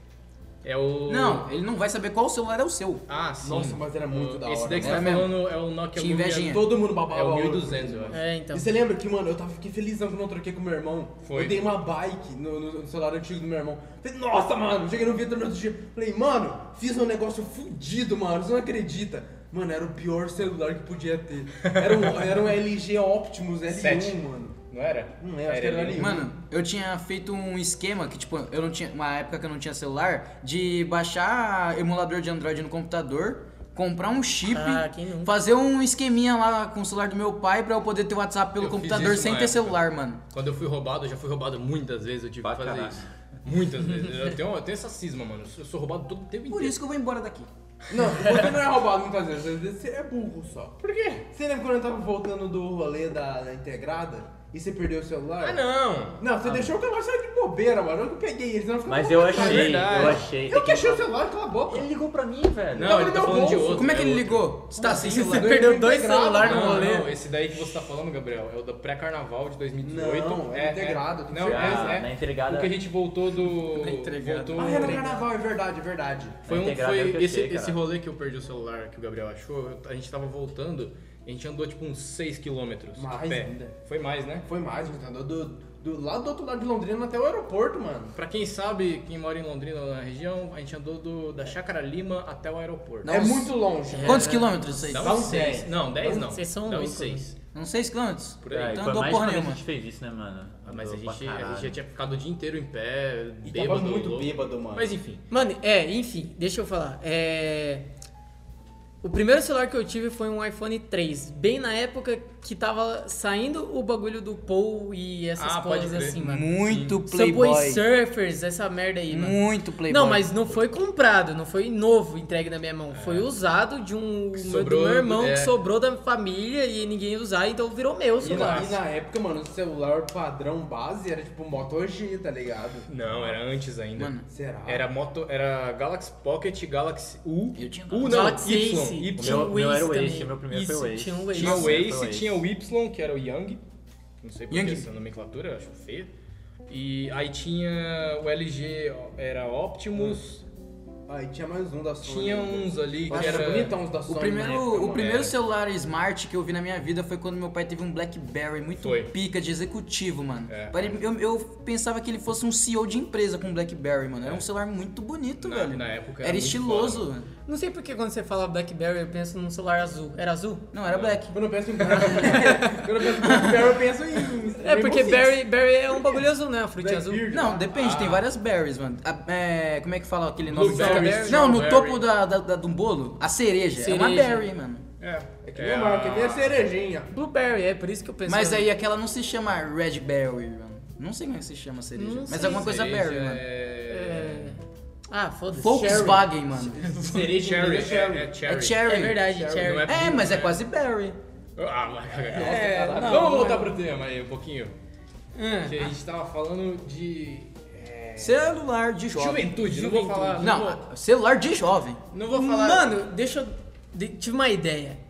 Speaker 4: É o.
Speaker 2: Não, ele não vai saber qual celular é o seu.
Speaker 4: Ah, sim.
Speaker 5: Nossa, mas era muito da
Speaker 4: Esse
Speaker 5: hora,
Speaker 4: daí que você
Speaker 2: né?
Speaker 4: tá
Speaker 2: Era
Speaker 4: falando é o Nokia
Speaker 2: Tinha invejinha.
Speaker 5: Todo mundo
Speaker 4: É
Speaker 5: babava
Speaker 4: o
Speaker 5: ouro.
Speaker 4: 1200, eu acho.
Speaker 3: É, então.
Speaker 5: E você lembra que, mano, eu tava, fiquei felizão que eu não troquei com o meu irmão?
Speaker 4: Foi.
Speaker 5: Eu dei uma bike no, no- no celular antigo do meu irmão. Falei, nossa, mano, cheguei no Vitor no outro dia. Falei, mano, fiz um negócio fudido, mano, você não acredita. Mano, era o pior celular que podia ter. Era um, era um LG Optimus L1,
Speaker 4: Sete.
Speaker 5: mano.
Speaker 4: Não era? um.
Speaker 5: Não lembro, acho que era um.
Speaker 4: ele.
Speaker 5: ali.
Speaker 2: Mano, eu tinha feito um esquema que, tipo, eu não tinha. Uma época que eu não tinha celular, de baixar emulador de Android no computador, comprar um chip,
Speaker 3: Ah, quem nunca?
Speaker 2: fazer um esqueminha lá com o celular do meu pai pra eu poder ter WhatsApp pelo
Speaker 4: Eu fiz
Speaker 2: computador
Speaker 4: isso
Speaker 2: sem
Speaker 4: uma
Speaker 2: ter
Speaker 4: época.
Speaker 2: celular, mano.
Speaker 4: Quando eu fui roubado, eu já fui roubado muitas vezes, eu tive
Speaker 6: Pra
Speaker 4: que fazer
Speaker 6: caralho.
Speaker 4: isso. Muitas vezes. Eu tenho, eu tenho essa cisma, mano. Eu sou roubado todo o tempo
Speaker 2: Por
Speaker 4: inteiro.
Speaker 2: isso que eu vou embora daqui.
Speaker 5: Não, você não é roubado muitas vezes, às vezes você é burro só. Por quê? Você lembra quando eu tava voltando do rolê da, da integrada e você perdeu o celular?
Speaker 4: Ah, não!
Speaker 5: Não, você deixou o celular sair de bobeira, mano. Eu que peguei ele, senão ficava
Speaker 6: Mas eu
Speaker 5: complicado.
Speaker 6: achei,
Speaker 4: verdade.
Speaker 6: eu achei.
Speaker 5: Eu que achei o celular, cala a boca.
Speaker 6: Ele ligou pra mim, velho.
Speaker 4: Não,
Speaker 5: Não,
Speaker 4: ele
Speaker 5: ele
Speaker 4: tá
Speaker 5: deu
Speaker 4: falando de
Speaker 5: bolso.
Speaker 4: outro.
Speaker 2: Como é que
Speaker 4: é
Speaker 2: ele
Speaker 4: outro.
Speaker 2: ligou? Você tá sem
Speaker 3: Você
Speaker 2: celular?
Speaker 3: perdeu dois
Speaker 5: Integrado,
Speaker 3: celulares no
Speaker 4: Não,
Speaker 3: rolê.
Speaker 4: não, esse daí que você tá falando, Gabriel, é o do pré-carnaval de 2018.
Speaker 5: Não, é integrado, tem que
Speaker 4: Não,
Speaker 5: ser-
Speaker 4: é,
Speaker 6: Ah,
Speaker 4: é.
Speaker 6: na entregada-
Speaker 4: O que a gente voltou do.
Speaker 2: Na entregada.
Speaker 4: Voltou...
Speaker 5: Ah, era carnaval, é verdade, é verdade.
Speaker 4: Foi,
Speaker 6: Na
Speaker 4: um,
Speaker 6: integrada
Speaker 4: foi
Speaker 6: eu que
Speaker 4: esse,
Speaker 6: achei,
Speaker 4: esse
Speaker 6: cara.
Speaker 4: rolê que eu perdi o celular que o Gabriel achou, eu- a gente tava voltando, a gente andou tipo uns 6km.
Speaker 5: Mais ainda.
Speaker 4: Foi mais, né?
Speaker 5: Foi mais, gente andou do, do lado do outro lado de Londrina até o aeroporto, mano.
Speaker 4: Pra quem sabe, quem mora em Londrina ou na região, a gente andou do, da Chácara Lima até o aeroporto.
Speaker 2: Dá
Speaker 5: é
Speaker 2: uns-
Speaker 5: muito longe. mano.
Speaker 2: Quantos quilômetros isso aí?
Speaker 4: Dá
Speaker 5: dá
Speaker 4: uns
Speaker 5: uns
Speaker 4: 6.
Speaker 5: dez.
Speaker 4: Não, 10 não.
Speaker 3: Vocês são
Speaker 4: Dá uns
Speaker 3: loucos,
Speaker 4: 6.
Speaker 2: Uns 6 quilômetros?
Speaker 4: Por aí.
Speaker 6: É, e
Speaker 2: Então não
Speaker 6: foi
Speaker 2: dou
Speaker 6: mais de
Speaker 2: porra
Speaker 6: uma vez que
Speaker 2: nenhuma.
Speaker 6: a gente fez isso, né, mano?
Speaker 4: Mas a
Speaker 6: Andou pra
Speaker 4: gente, a
Speaker 6: caralho.
Speaker 4: gente já tinha ficado o dia inteiro em pé,
Speaker 5: E
Speaker 4: bêbado.
Speaker 5: tava muito
Speaker 4: louco.
Speaker 5: bêbado, mano.
Speaker 4: Mas enfim.
Speaker 3: Mano, é, enfim, deixa eu falar. É. O primeiro celular que eu tive foi um iPhone 3, bem na época que tava saindo o bagulho do Paul e essas
Speaker 4: Ah, pode
Speaker 3: coisas
Speaker 4: crer.
Speaker 3: assim, mano.
Speaker 2: Muito
Speaker 3: Subway
Speaker 2: playboy.
Speaker 3: Surfers, essa merda aí, mano.
Speaker 2: Muito playboy.
Speaker 3: Não, mas não foi comprado, não foi novo entregue na minha mão. Foi usado de um
Speaker 4: É. Que
Speaker 3: meu-
Speaker 4: sobrou,
Speaker 3: do meu irmão
Speaker 4: é.
Speaker 3: que sobrou da família e ninguém ia usar, então virou meu,
Speaker 5: E
Speaker 3: sei lá.
Speaker 5: na, e na época, mano, o celular padrão base era tipo Moto G, tá ligado?
Speaker 4: Não, era antes ainda.
Speaker 2: Mano.
Speaker 5: Será?
Speaker 4: Era moto, era Galaxy Pocket, Galaxy U.
Speaker 2: Eu tinha
Speaker 4: U não,
Speaker 3: Galaxy Ace,
Speaker 4: Y.
Speaker 6: O meu-
Speaker 4: Y.
Speaker 6: o meu era o
Speaker 3: Waze
Speaker 6: Ace,
Speaker 3: também.
Speaker 6: meu primeiro foi o
Speaker 3: Isso,
Speaker 6: Ace.
Speaker 3: tinha o Ace.
Speaker 4: Tinha um o
Speaker 6: Meu era
Speaker 4: Ace, tinha o Y, que era o Young. Não sei por
Speaker 2: Young.
Speaker 4: que essa nomenclatura, eu acho feia. E aí tinha o LG, era Optimus.
Speaker 5: Aí tinha mais um da Sony.
Speaker 4: Tinha uns ali que
Speaker 5: Nossa,
Speaker 4: era...
Speaker 5: era bonitão os da
Speaker 2: O
Speaker 5: Sony.
Speaker 2: primeiro,
Speaker 5: né?
Speaker 4: época,
Speaker 2: o
Speaker 4: mano,
Speaker 2: primeiro
Speaker 4: era.
Speaker 2: celular smart que eu vi na minha vida foi quando meu pai teve um BlackBerry muito
Speaker 4: Foi.
Speaker 2: pica de executivo, mano.
Speaker 4: É.
Speaker 2: Pare- Eu, eu pensava que ele fosse um CEO de empresa com BlackBerry, mano. Era um celular muito bonito,
Speaker 4: Na-
Speaker 2: velho.
Speaker 4: na época
Speaker 2: era,
Speaker 4: era muito
Speaker 2: estiloso. mano.
Speaker 3: Não sei porque quando você fala Blackberry eu penso num celular azul. Era azul?
Speaker 2: Não, era Black.
Speaker 5: Quando eu penso em Barry, quando eu penso em Barry, eu penso em.
Speaker 3: É porque
Speaker 5: Rainbow Six.
Speaker 3: berry, berry é um bagulho azul, né? A frutinha azul.
Speaker 5: Blackbeard.
Speaker 2: Não, depende,
Speaker 3: Ah.
Speaker 2: tem várias berries, mano. A- é, como é que fala aquele nome?
Speaker 4: Blueberries,
Speaker 2: Não, no
Speaker 4: strawberry.
Speaker 2: topo da, da, da- de um bolo, a cereja. É uma
Speaker 3: Cereja.
Speaker 2: berry, mano.
Speaker 4: É,
Speaker 5: É que nem a marca, é
Speaker 4: Ah.
Speaker 5: que nem a cerejinha.
Speaker 3: Blueberry, é por isso que eu penso.
Speaker 2: Mas
Speaker 3: né?
Speaker 2: aí aquela não se chama Red Berry, mano. Não sei como é que se chama a cereja.
Speaker 3: Não
Speaker 2: mas
Speaker 3: sei.
Speaker 2: alguma coisa
Speaker 4: cereja
Speaker 2: berry, mano.
Speaker 4: É...
Speaker 3: É... Ah, foda-se.
Speaker 2: Volkswagen, mano.
Speaker 5: Cereja
Speaker 4: Cherry,
Speaker 5: é cherry.
Speaker 4: é, é cherry.
Speaker 2: É cherry.
Speaker 3: É verdade, Cherry.
Speaker 4: Não é-
Speaker 2: É, mas é quase berry.
Speaker 4: Ah, vai cagar.
Speaker 3: É,
Speaker 4: Tá,
Speaker 3: não,
Speaker 4: Vamos
Speaker 3: não
Speaker 4: voltar
Speaker 3: é.
Speaker 4: pro tema aí um pouquinho.
Speaker 3: Ah.
Speaker 4: Que a gente tava falando de... é,
Speaker 2: Celular de jovem.
Speaker 4: Juventude, não vou falar...
Speaker 2: Não, celular de jovem.
Speaker 4: Não vou falar.
Speaker 3: Mano, deixa eu. de- Tive uma ideia.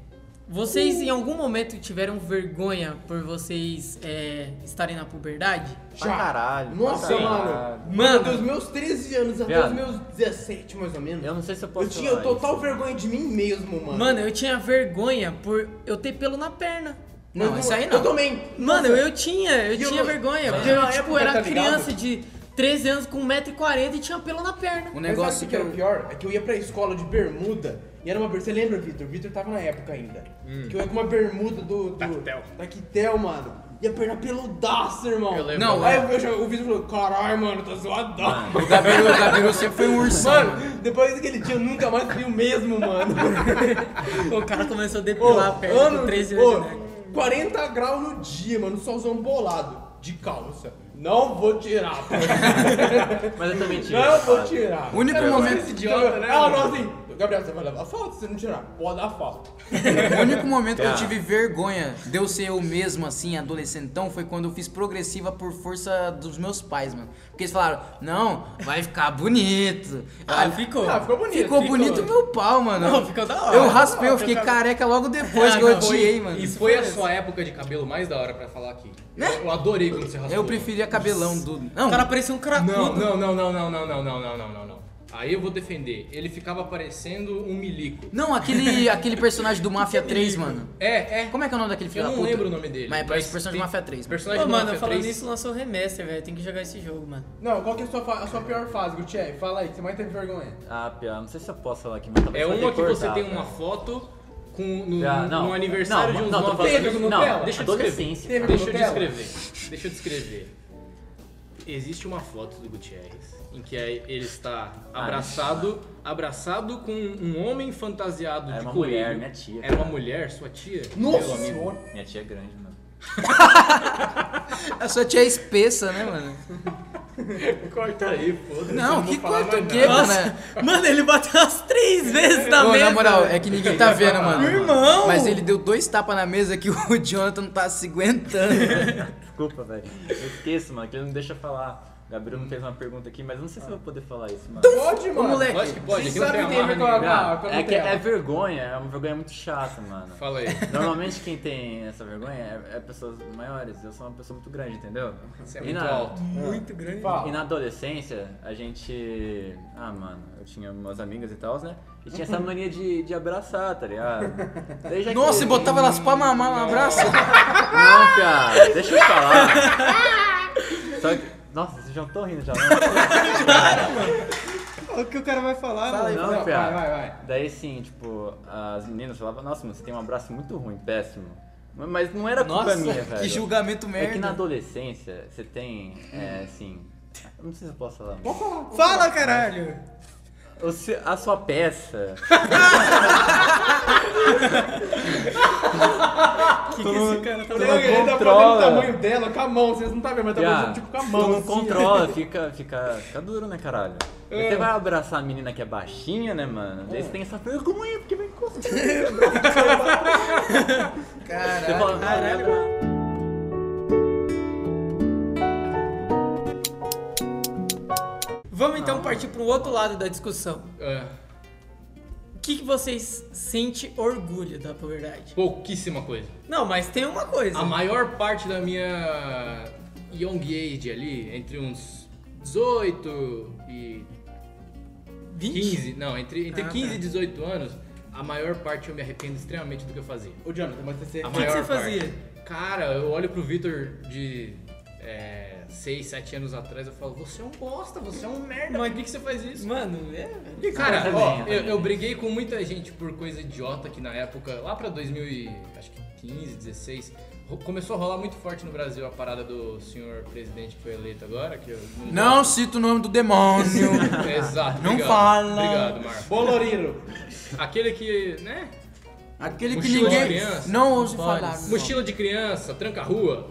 Speaker 3: Vocês em algum momento tiveram vergonha por vocês é, estarem na puberdade?
Speaker 4: é
Speaker 6: Pra caralho.
Speaker 5: Nossa,
Speaker 6: pra caralho.
Speaker 5: mano.
Speaker 3: Mano.
Speaker 5: Dos meus 13 anos até
Speaker 6: Ah. Viado.
Speaker 5: os meus 17, mais ou menos.
Speaker 6: Eu não sei se eu posso
Speaker 5: Eu tinha
Speaker 6: falar
Speaker 5: total
Speaker 6: isso.
Speaker 5: vergonha de mim mesmo, mano.
Speaker 3: Mano, eu tinha vergonha por eu ter pelo na perna.
Speaker 2: Não,
Speaker 5: Eu-
Speaker 2: isso aí não.
Speaker 5: Eu também.
Speaker 3: Mano, eu tinha, eu
Speaker 5: E eu
Speaker 3: tinha
Speaker 5: não-
Speaker 3: vergonha.
Speaker 5: Mas
Speaker 3: Porque
Speaker 5: na
Speaker 3: eu, tipo,
Speaker 5: época,
Speaker 3: era
Speaker 5: tá ligado?
Speaker 3: criança de 13 anos com 1,40m e tinha pelo na perna.
Speaker 2: O
Speaker 5: Mas sabe
Speaker 2: negócio
Speaker 5: o
Speaker 2: que
Speaker 5: que era o
Speaker 2: eu...
Speaker 5: pior? É que eu ia pra escola de bermuda e era uma bermuda. Você lembra, Vitor? O Vitor tava na época ainda. Que eu ia com uma bermuda do. do
Speaker 4: Tactel.
Speaker 5: Tactel, mano. E a perna peludaça, irmão.
Speaker 4: Eu lembro.
Speaker 2: Não,
Speaker 5: Aí
Speaker 2: é.
Speaker 5: eu, né? eu, o Vitor falou: caralho, mano, tá zoadão.
Speaker 2: O Gabiru, o Gabiru sempre foi um ursão.
Speaker 5: Mano, depois daquele dia eu nunca mais vi o mesmo, mano.
Speaker 3: o cara começou a
Speaker 5: Ô,
Speaker 3: depilar a perna com 13 anos. né? de
Speaker 5: ô,
Speaker 3: idade.
Speaker 5: 40 graus no dia,
Speaker 4: um
Speaker 5: mano. Solzão bolado. De calça. Não vou tirar, pô.
Speaker 6: Mas eu também tinha.
Speaker 5: Não
Speaker 6: essa
Speaker 5: vou
Speaker 6: fase.
Speaker 5: tirar.
Speaker 2: O
Speaker 3: É,
Speaker 2: único momento
Speaker 5: idiota, né? Ela falou assim: Gabriel, você vai levar falta? Se não tirar, pode dar falta.
Speaker 2: O único momento que eu
Speaker 6: Ah.
Speaker 2: tive vergonha de eu ser eu mesmo, assim, adolescentão, foi quando eu fiz progressiva por força dos meus pais, mano. Porque eles falaram, não, vai ficar bonito.
Speaker 3: Ah, ficou.
Speaker 5: Ah, ficou bonito.
Speaker 2: Ficou bonito meu pau, mano.
Speaker 3: Não, ficou da hora.
Speaker 2: Eu raspei, eu fiquei careca logo depois
Speaker 3: Ah,
Speaker 2: que eu
Speaker 3: não, foi-
Speaker 2: odiei, mano.
Speaker 4: E foi a sua época de cabelo mais da hora pra falar aqui.
Speaker 2: Né?
Speaker 4: Eu adorei quando você raspou.
Speaker 2: Eu preferia cabelão do. Não,
Speaker 3: O cara parecia um cracudo.
Speaker 4: Não, não, não, não, não, não, não, não, não, não, não, não. Aí eu vou defender. Ele ficava parecendo um milico.
Speaker 2: não aquele, aquele personagem do Mafia 3, mano.
Speaker 4: É, é.
Speaker 2: Como é que é o nome daquele filho
Speaker 4: Eu
Speaker 2: da
Speaker 4: não
Speaker 2: puta?
Speaker 4: lembro o nome dele.
Speaker 2: Mas é
Speaker 4: mas
Speaker 2: personagem
Speaker 4: tem-
Speaker 2: Mafia 3. mano.
Speaker 4: Personagem
Speaker 3: Ô,
Speaker 4: do
Speaker 3: mano,
Speaker 4: Mafia
Speaker 3: falando
Speaker 4: 3.
Speaker 3: nisso, lançou o remaster, velho. Tem que jogar esse jogo, mano.
Speaker 5: Não, qual que é a sua, fa- a sua pior fase, Gutiérrez? Fala aí, que você mais teve vergonha.
Speaker 6: Ah, Pia, não sei se eu posso falar aqui, mas talvez
Speaker 4: É
Speaker 6: eu vou
Speaker 4: uma
Speaker 6: ter
Speaker 4: que você
Speaker 6: cortar,
Speaker 4: tem
Speaker 6: velho.
Speaker 4: uma foto com, no,
Speaker 6: Ah,
Speaker 4: no-
Speaker 6: não.
Speaker 4: no aniversário
Speaker 6: Não,
Speaker 4: de uns
Speaker 6: não, tô
Speaker 4: nove
Speaker 6: falando-
Speaker 4: anos.
Speaker 6: não,
Speaker 4: Deixa eu
Speaker 6: adolescência.
Speaker 4: descrever.
Speaker 5: Teve
Speaker 4: Deixa eu
Speaker 5: Nutella?
Speaker 4: descrever. Deixa eu descrever. Existe uma foto do Gutierrez em que é, ele está
Speaker 6: Ah,
Speaker 4: abraçado, abraçado com um homem fantasiado de
Speaker 6: Era É uma
Speaker 4: coelho.
Speaker 6: mulher, minha tia.
Speaker 4: Era uma mulher, sua tia?
Speaker 5: Nossa senhora.
Speaker 6: Minha tia é grande, mano.
Speaker 2: A sua tia é espessa, né, mano?
Speaker 4: Corta aí, foda-se. eu
Speaker 2: Não,
Speaker 4: vou
Speaker 2: que
Speaker 4: falar
Speaker 2: corta o
Speaker 4: mais
Speaker 2: quê,
Speaker 4: nada.
Speaker 2: mano?
Speaker 3: Nossa, mano, ele bateu umas três vezes na
Speaker 2: Ô,
Speaker 3: mesa.
Speaker 2: na moral, é que ninguém tá vendo, mano.
Speaker 3: Irmão!
Speaker 2: Mas ele deu dois tapas na mesa que o Jonathan não tá se aguentando.
Speaker 6: Desculpa, velho. Eu esqueço, mano, que ele não deixa eu falar. O Gabriel me fez uma pergunta aqui, mas eu não sei se eu vou poder falar isso, mano.
Speaker 5: Pode, mano.
Speaker 2: moleque-
Speaker 4: Lógico que pode.
Speaker 5: Você
Speaker 4: aqui não
Speaker 5: sabe
Speaker 4: tem
Speaker 5: que tem a ver
Speaker 4: amarra
Speaker 5: com a-
Speaker 4: nenhuma.
Speaker 5: Ah,
Speaker 6: Não, é que
Speaker 5: Nutella.
Speaker 6: é vergonha, é uma vergonha muito chata, mano.
Speaker 4: Fala aí.
Speaker 6: Normalmente quem tem essa vergonha é, é pessoas maiores. Eu sou uma pessoa muito grande, entendeu?
Speaker 4: Você é
Speaker 6: E
Speaker 4: muito
Speaker 6: na-
Speaker 4: alto.
Speaker 3: Muito grande.
Speaker 5: Fala.
Speaker 6: E na adolescência, a gente. Ah, mano, eu tinha umas amigas e tal, né? E tinha essa mania de, de abraçar, tá ligado? Daí já
Speaker 2: Nossa,
Speaker 6: que-
Speaker 2: e botava elas pra mamar um abraço.
Speaker 6: Não, cara, deixa eu falar. Só que. Nossa, vocês já estão rindo já, né?
Speaker 3: O que o cara vai falar,
Speaker 5: Fala aí,
Speaker 6: Não,
Speaker 5: Fernando.
Speaker 6: piá.
Speaker 5: Vai, vai, vai.
Speaker 6: Daí sim, tipo, as meninas falavam, nossa, mano, você tem um abraço muito ruim, péssimo. Mas não era culpa
Speaker 2: Nossa,
Speaker 6: minha, velho.
Speaker 2: que julgamento
Speaker 6: É que na
Speaker 2: merda.
Speaker 6: adolescência você tem, é, assim. eu Não sei se eu posso falar.
Speaker 5: Vamos falar.
Speaker 3: Fala, caralho!
Speaker 6: O se- a sua peça.
Speaker 3: que, que esse cara tá
Speaker 5: Ele,
Speaker 6: não
Speaker 5: ele tá fazendo o
Speaker 6: controla.
Speaker 5: tamanho dela com a mão, vocês não tá vendo, mas tá
Speaker 6: Piá,
Speaker 5: fazendo tipo com a
Speaker 6: tu
Speaker 5: mão.
Speaker 6: não
Speaker 5: assim,
Speaker 6: controla, fica, fica, fica duro, né, caralho?
Speaker 2: É.
Speaker 6: Você vai abraçar a menina que é baixinha, né, mano? Daí você tem essa coisa, como é? Porque vai encostar. Você
Speaker 2: Caralho.
Speaker 6: fala, caralho, mano.
Speaker 3: Vamos então partir para o outro lado da discussão.
Speaker 4: Ah,
Speaker 3: O que, que vocês sentem orgulho da puberdade?
Speaker 4: pouquíssima coisa.
Speaker 3: Não, mas tem uma coisa.
Speaker 4: A maior parte da minha young age ali, entre uns 18 e
Speaker 3: 20?
Speaker 4: 15, não, entre, entre
Speaker 3: Ah,
Speaker 4: 15
Speaker 3: tá.
Speaker 4: e 18 anos, a maior parte eu me arrependo extremamente do que eu fazia.
Speaker 5: Ô, Jonathan, mas você...
Speaker 4: A
Speaker 3: que
Speaker 4: maior
Speaker 3: você fazia?
Speaker 4: parte. Cara, eu olho pro Vitor de 6, 7 anos atrás, eu falo, você é um bosta, você é um merda,
Speaker 3: Mas-
Speaker 4: por que, que você faz isso?
Speaker 3: Mano, é.
Speaker 4: E, cara,
Speaker 6: Também,
Speaker 4: ó,
Speaker 6: também.
Speaker 4: eu, eu briguei com muita gente por coisa idiota que na época, lá pra 2015, 16, ro- começou a rolar muito forte no Brasil a parada do senhor presidente que foi eleito agora, que eu
Speaker 2: Não cita o nome do demônio.
Speaker 4: Exato,
Speaker 2: Não
Speaker 4: obrigado.
Speaker 2: fala.
Speaker 4: Obrigado, Marco.
Speaker 5: Boloriro.
Speaker 4: Aquele que, né?
Speaker 2: Aquele que
Speaker 4: Mochila de
Speaker 2: ninguém
Speaker 4: criança.
Speaker 2: não ouve
Speaker 3: pode.
Speaker 2: falar.
Speaker 4: Mochila de criança, tranca-rua.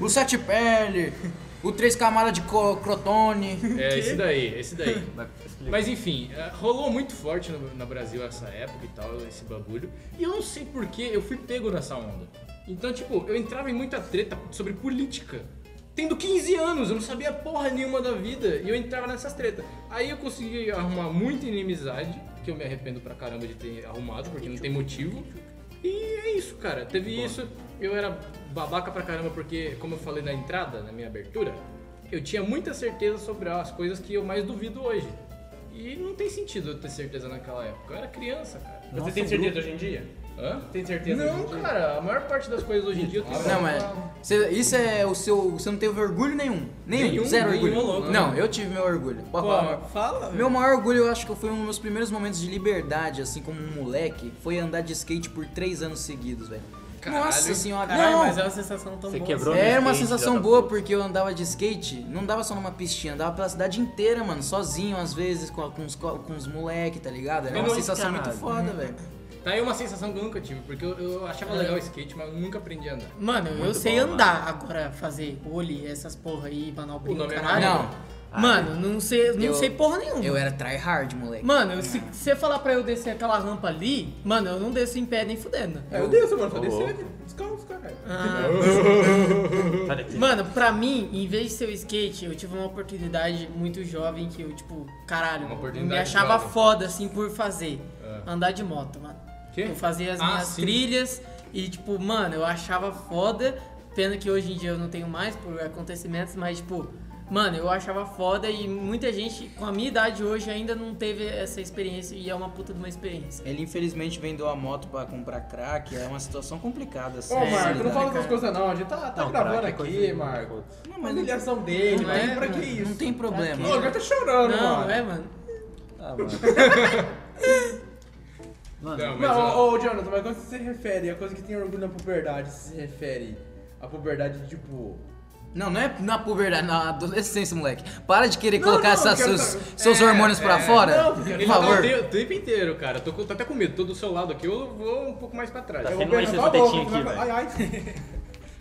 Speaker 2: O sete pele, o três camadas de co- crotone.
Speaker 4: É, esse daí, esse daí. Mas enfim, eh, rolou muito forte no, no Brasil essa época e tal, esse bagulho. E eu não sei porquê, eu fui pego nessa onda. Então, tipo, eu entrava em muita treta sobre política. Tendo 15 anos, eu não sabia porra nenhuma da vida e eu entrava nessas tretas. Aí eu consegui arrumar muita inimizade, que eu me arrependo pra caramba de ter arrumado, porque não tem motivo. E é isso, cara. Teve isso, eu era babaca pra caramba, porque, como eu falei na entrada, na minha abertura, eu tinha muita certeza sobre as coisas que eu mais duvido hoje. E não tem sentido eu ter certeza naquela época. Eu era criança, cara.
Speaker 5: Você tem certeza hoje em dia?
Speaker 4: Hã?
Speaker 5: Tem certeza
Speaker 4: Não,
Speaker 5: hoje em dia?
Speaker 4: cara. A maior parte das coisas hoje em dia eu tenho
Speaker 2: Ah, Não, mas cê- isso é o seu. Você não teve orgulho nenhum. Nenhum,
Speaker 4: Nenhum,
Speaker 2: zero
Speaker 4: nenhum,
Speaker 2: orgulho.
Speaker 4: louco.
Speaker 2: Não, eu tive meu orgulho. Pode falar.
Speaker 3: Pô, fala.
Speaker 2: Meu maior orgulho, eu acho que foi um dos meus primeiros momentos de liberdade, assim como um moleque, foi andar de skate por três anos seguidos, velho.
Speaker 4: Caralho.
Speaker 2: Nossa senhora,
Speaker 3: Caralho,
Speaker 2: não!
Speaker 3: mas é uma sensação tão
Speaker 6: Você
Speaker 3: boa.
Speaker 6: quebrou
Speaker 2: Era
Speaker 6: meu
Speaker 2: É uma
Speaker 6: skate,
Speaker 2: sensação
Speaker 6: filha da
Speaker 2: boa
Speaker 6: puta.
Speaker 2: porque eu andava de skate, não dava só numa pistinha, andava pela cidade inteira, mano, sozinho às vezes, com, com os, co- com os moleque, tá ligado? Era
Speaker 4: Eu
Speaker 2: uma
Speaker 4: não
Speaker 2: sensação muito
Speaker 6: encarava.
Speaker 2: foda, velho.
Speaker 4: Tá aí uma sensação que eu nunca tive, porque eu, eu achava legal o skate, mas eu nunca aprendi a andar.
Speaker 3: Mano, eu
Speaker 6: Muito
Speaker 3: sei
Speaker 6: bom,
Speaker 3: andar agora, fazer olho, essas porra aí, banal
Speaker 4: O
Speaker 3: brinco,
Speaker 4: nome é
Speaker 3: caralho.
Speaker 2: Não.
Speaker 3: Mano, não sei, não
Speaker 2: Eu-
Speaker 3: sei porra nenhuma.
Speaker 2: Eu era tryhard, moleque.
Speaker 3: Mano, se você falar pra eu descer aquela rampa ali, mano, eu não desço em pé nem fudendo.
Speaker 5: É, eu desço, mano. Só
Speaker 6: Ô,
Speaker 5: descendo. Descalço, caralho.
Speaker 6: Sai daqui.
Speaker 3: Mano, pra mim, em vez de ser o skate, eu tive uma oportunidade muito jovem que eu, tipo, caralho,
Speaker 4: Uma
Speaker 3: eu
Speaker 4: oportunidade
Speaker 3: me achava
Speaker 4: jovem.
Speaker 3: foda, assim, por fazer.
Speaker 4: É.
Speaker 3: Andar de moto, mano.
Speaker 4: Quê?
Speaker 3: Eu fazia as
Speaker 4: Ah,
Speaker 3: minhas
Speaker 4: sim.
Speaker 3: trilhas e, tipo, mano, eu achava foda. Pena que hoje em dia eu não tenho mais por acontecimentos, mas, tipo, mano, eu achava foda e muita gente com a minha idade hoje ainda não teve essa experiência e é uma puta de uma experiência.
Speaker 2: Ele infelizmente vendeu a moto pra comprar crack, é uma situação complicada, assim.
Speaker 5: Ô, Marco, não
Speaker 2: realidade.
Speaker 5: fala essas coisas não. A gente tá, tá
Speaker 6: Não,
Speaker 5: gravando
Speaker 6: craque é
Speaker 5: aqui,
Speaker 6: coisa de-
Speaker 5: Marco.
Speaker 2: Não,
Speaker 5: Uma
Speaker 2: mas não,
Speaker 5: humilhação dele,
Speaker 3: Não
Speaker 4: Tá
Speaker 5: mas
Speaker 3: é,
Speaker 5: pra que
Speaker 3: mano.
Speaker 5: isso?
Speaker 2: não tem problema.
Speaker 5: Ô, agora tá chorando,
Speaker 3: não,
Speaker 5: tá mano.
Speaker 3: é, mano?
Speaker 6: Ah, mano. Mano,
Speaker 4: Não, mas,
Speaker 5: Não,
Speaker 4: ó,
Speaker 5: ô, ô, Jonathan, mas quando você se refere, a coisa que tem orgulho na puberdade, você se refere à puberdade, tipo...
Speaker 2: Não, não é na puberdade, na adolescência, moleque. Para de querer
Speaker 5: Não,
Speaker 2: colocar
Speaker 5: não,
Speaker 2: essas-
Speaker 5: quero
Speaker 2: seus,
Speaker 5: saber.
Speaker 2: seus
Speaker 4: É,
Speaker 2: hormônios pra
Speaker 4: é,
Speaker 2: fora.
Speaker 5: não, porque
Speaker 2: por
Speaker 4: ele
Speaker 2: favor.
Speaker 4: tá o te- o tempo inteiro, cara. Tô, com- tô até com medo. Tô do seu lado aqui, eu vou um pouco mais pra trás.
Speaker 6: Tá
Speaker 5: eu
Speaker 6: sendo
Speaker 5: vou
Speaker 6: esse
Speaker 5: pegar-
Speaker 6: seu
Speaker 5: Ô,
Speaker 6: tetinho
Speaker 5: louco,
Speaker 6: aqui,
Speaker 5: Ai, ai.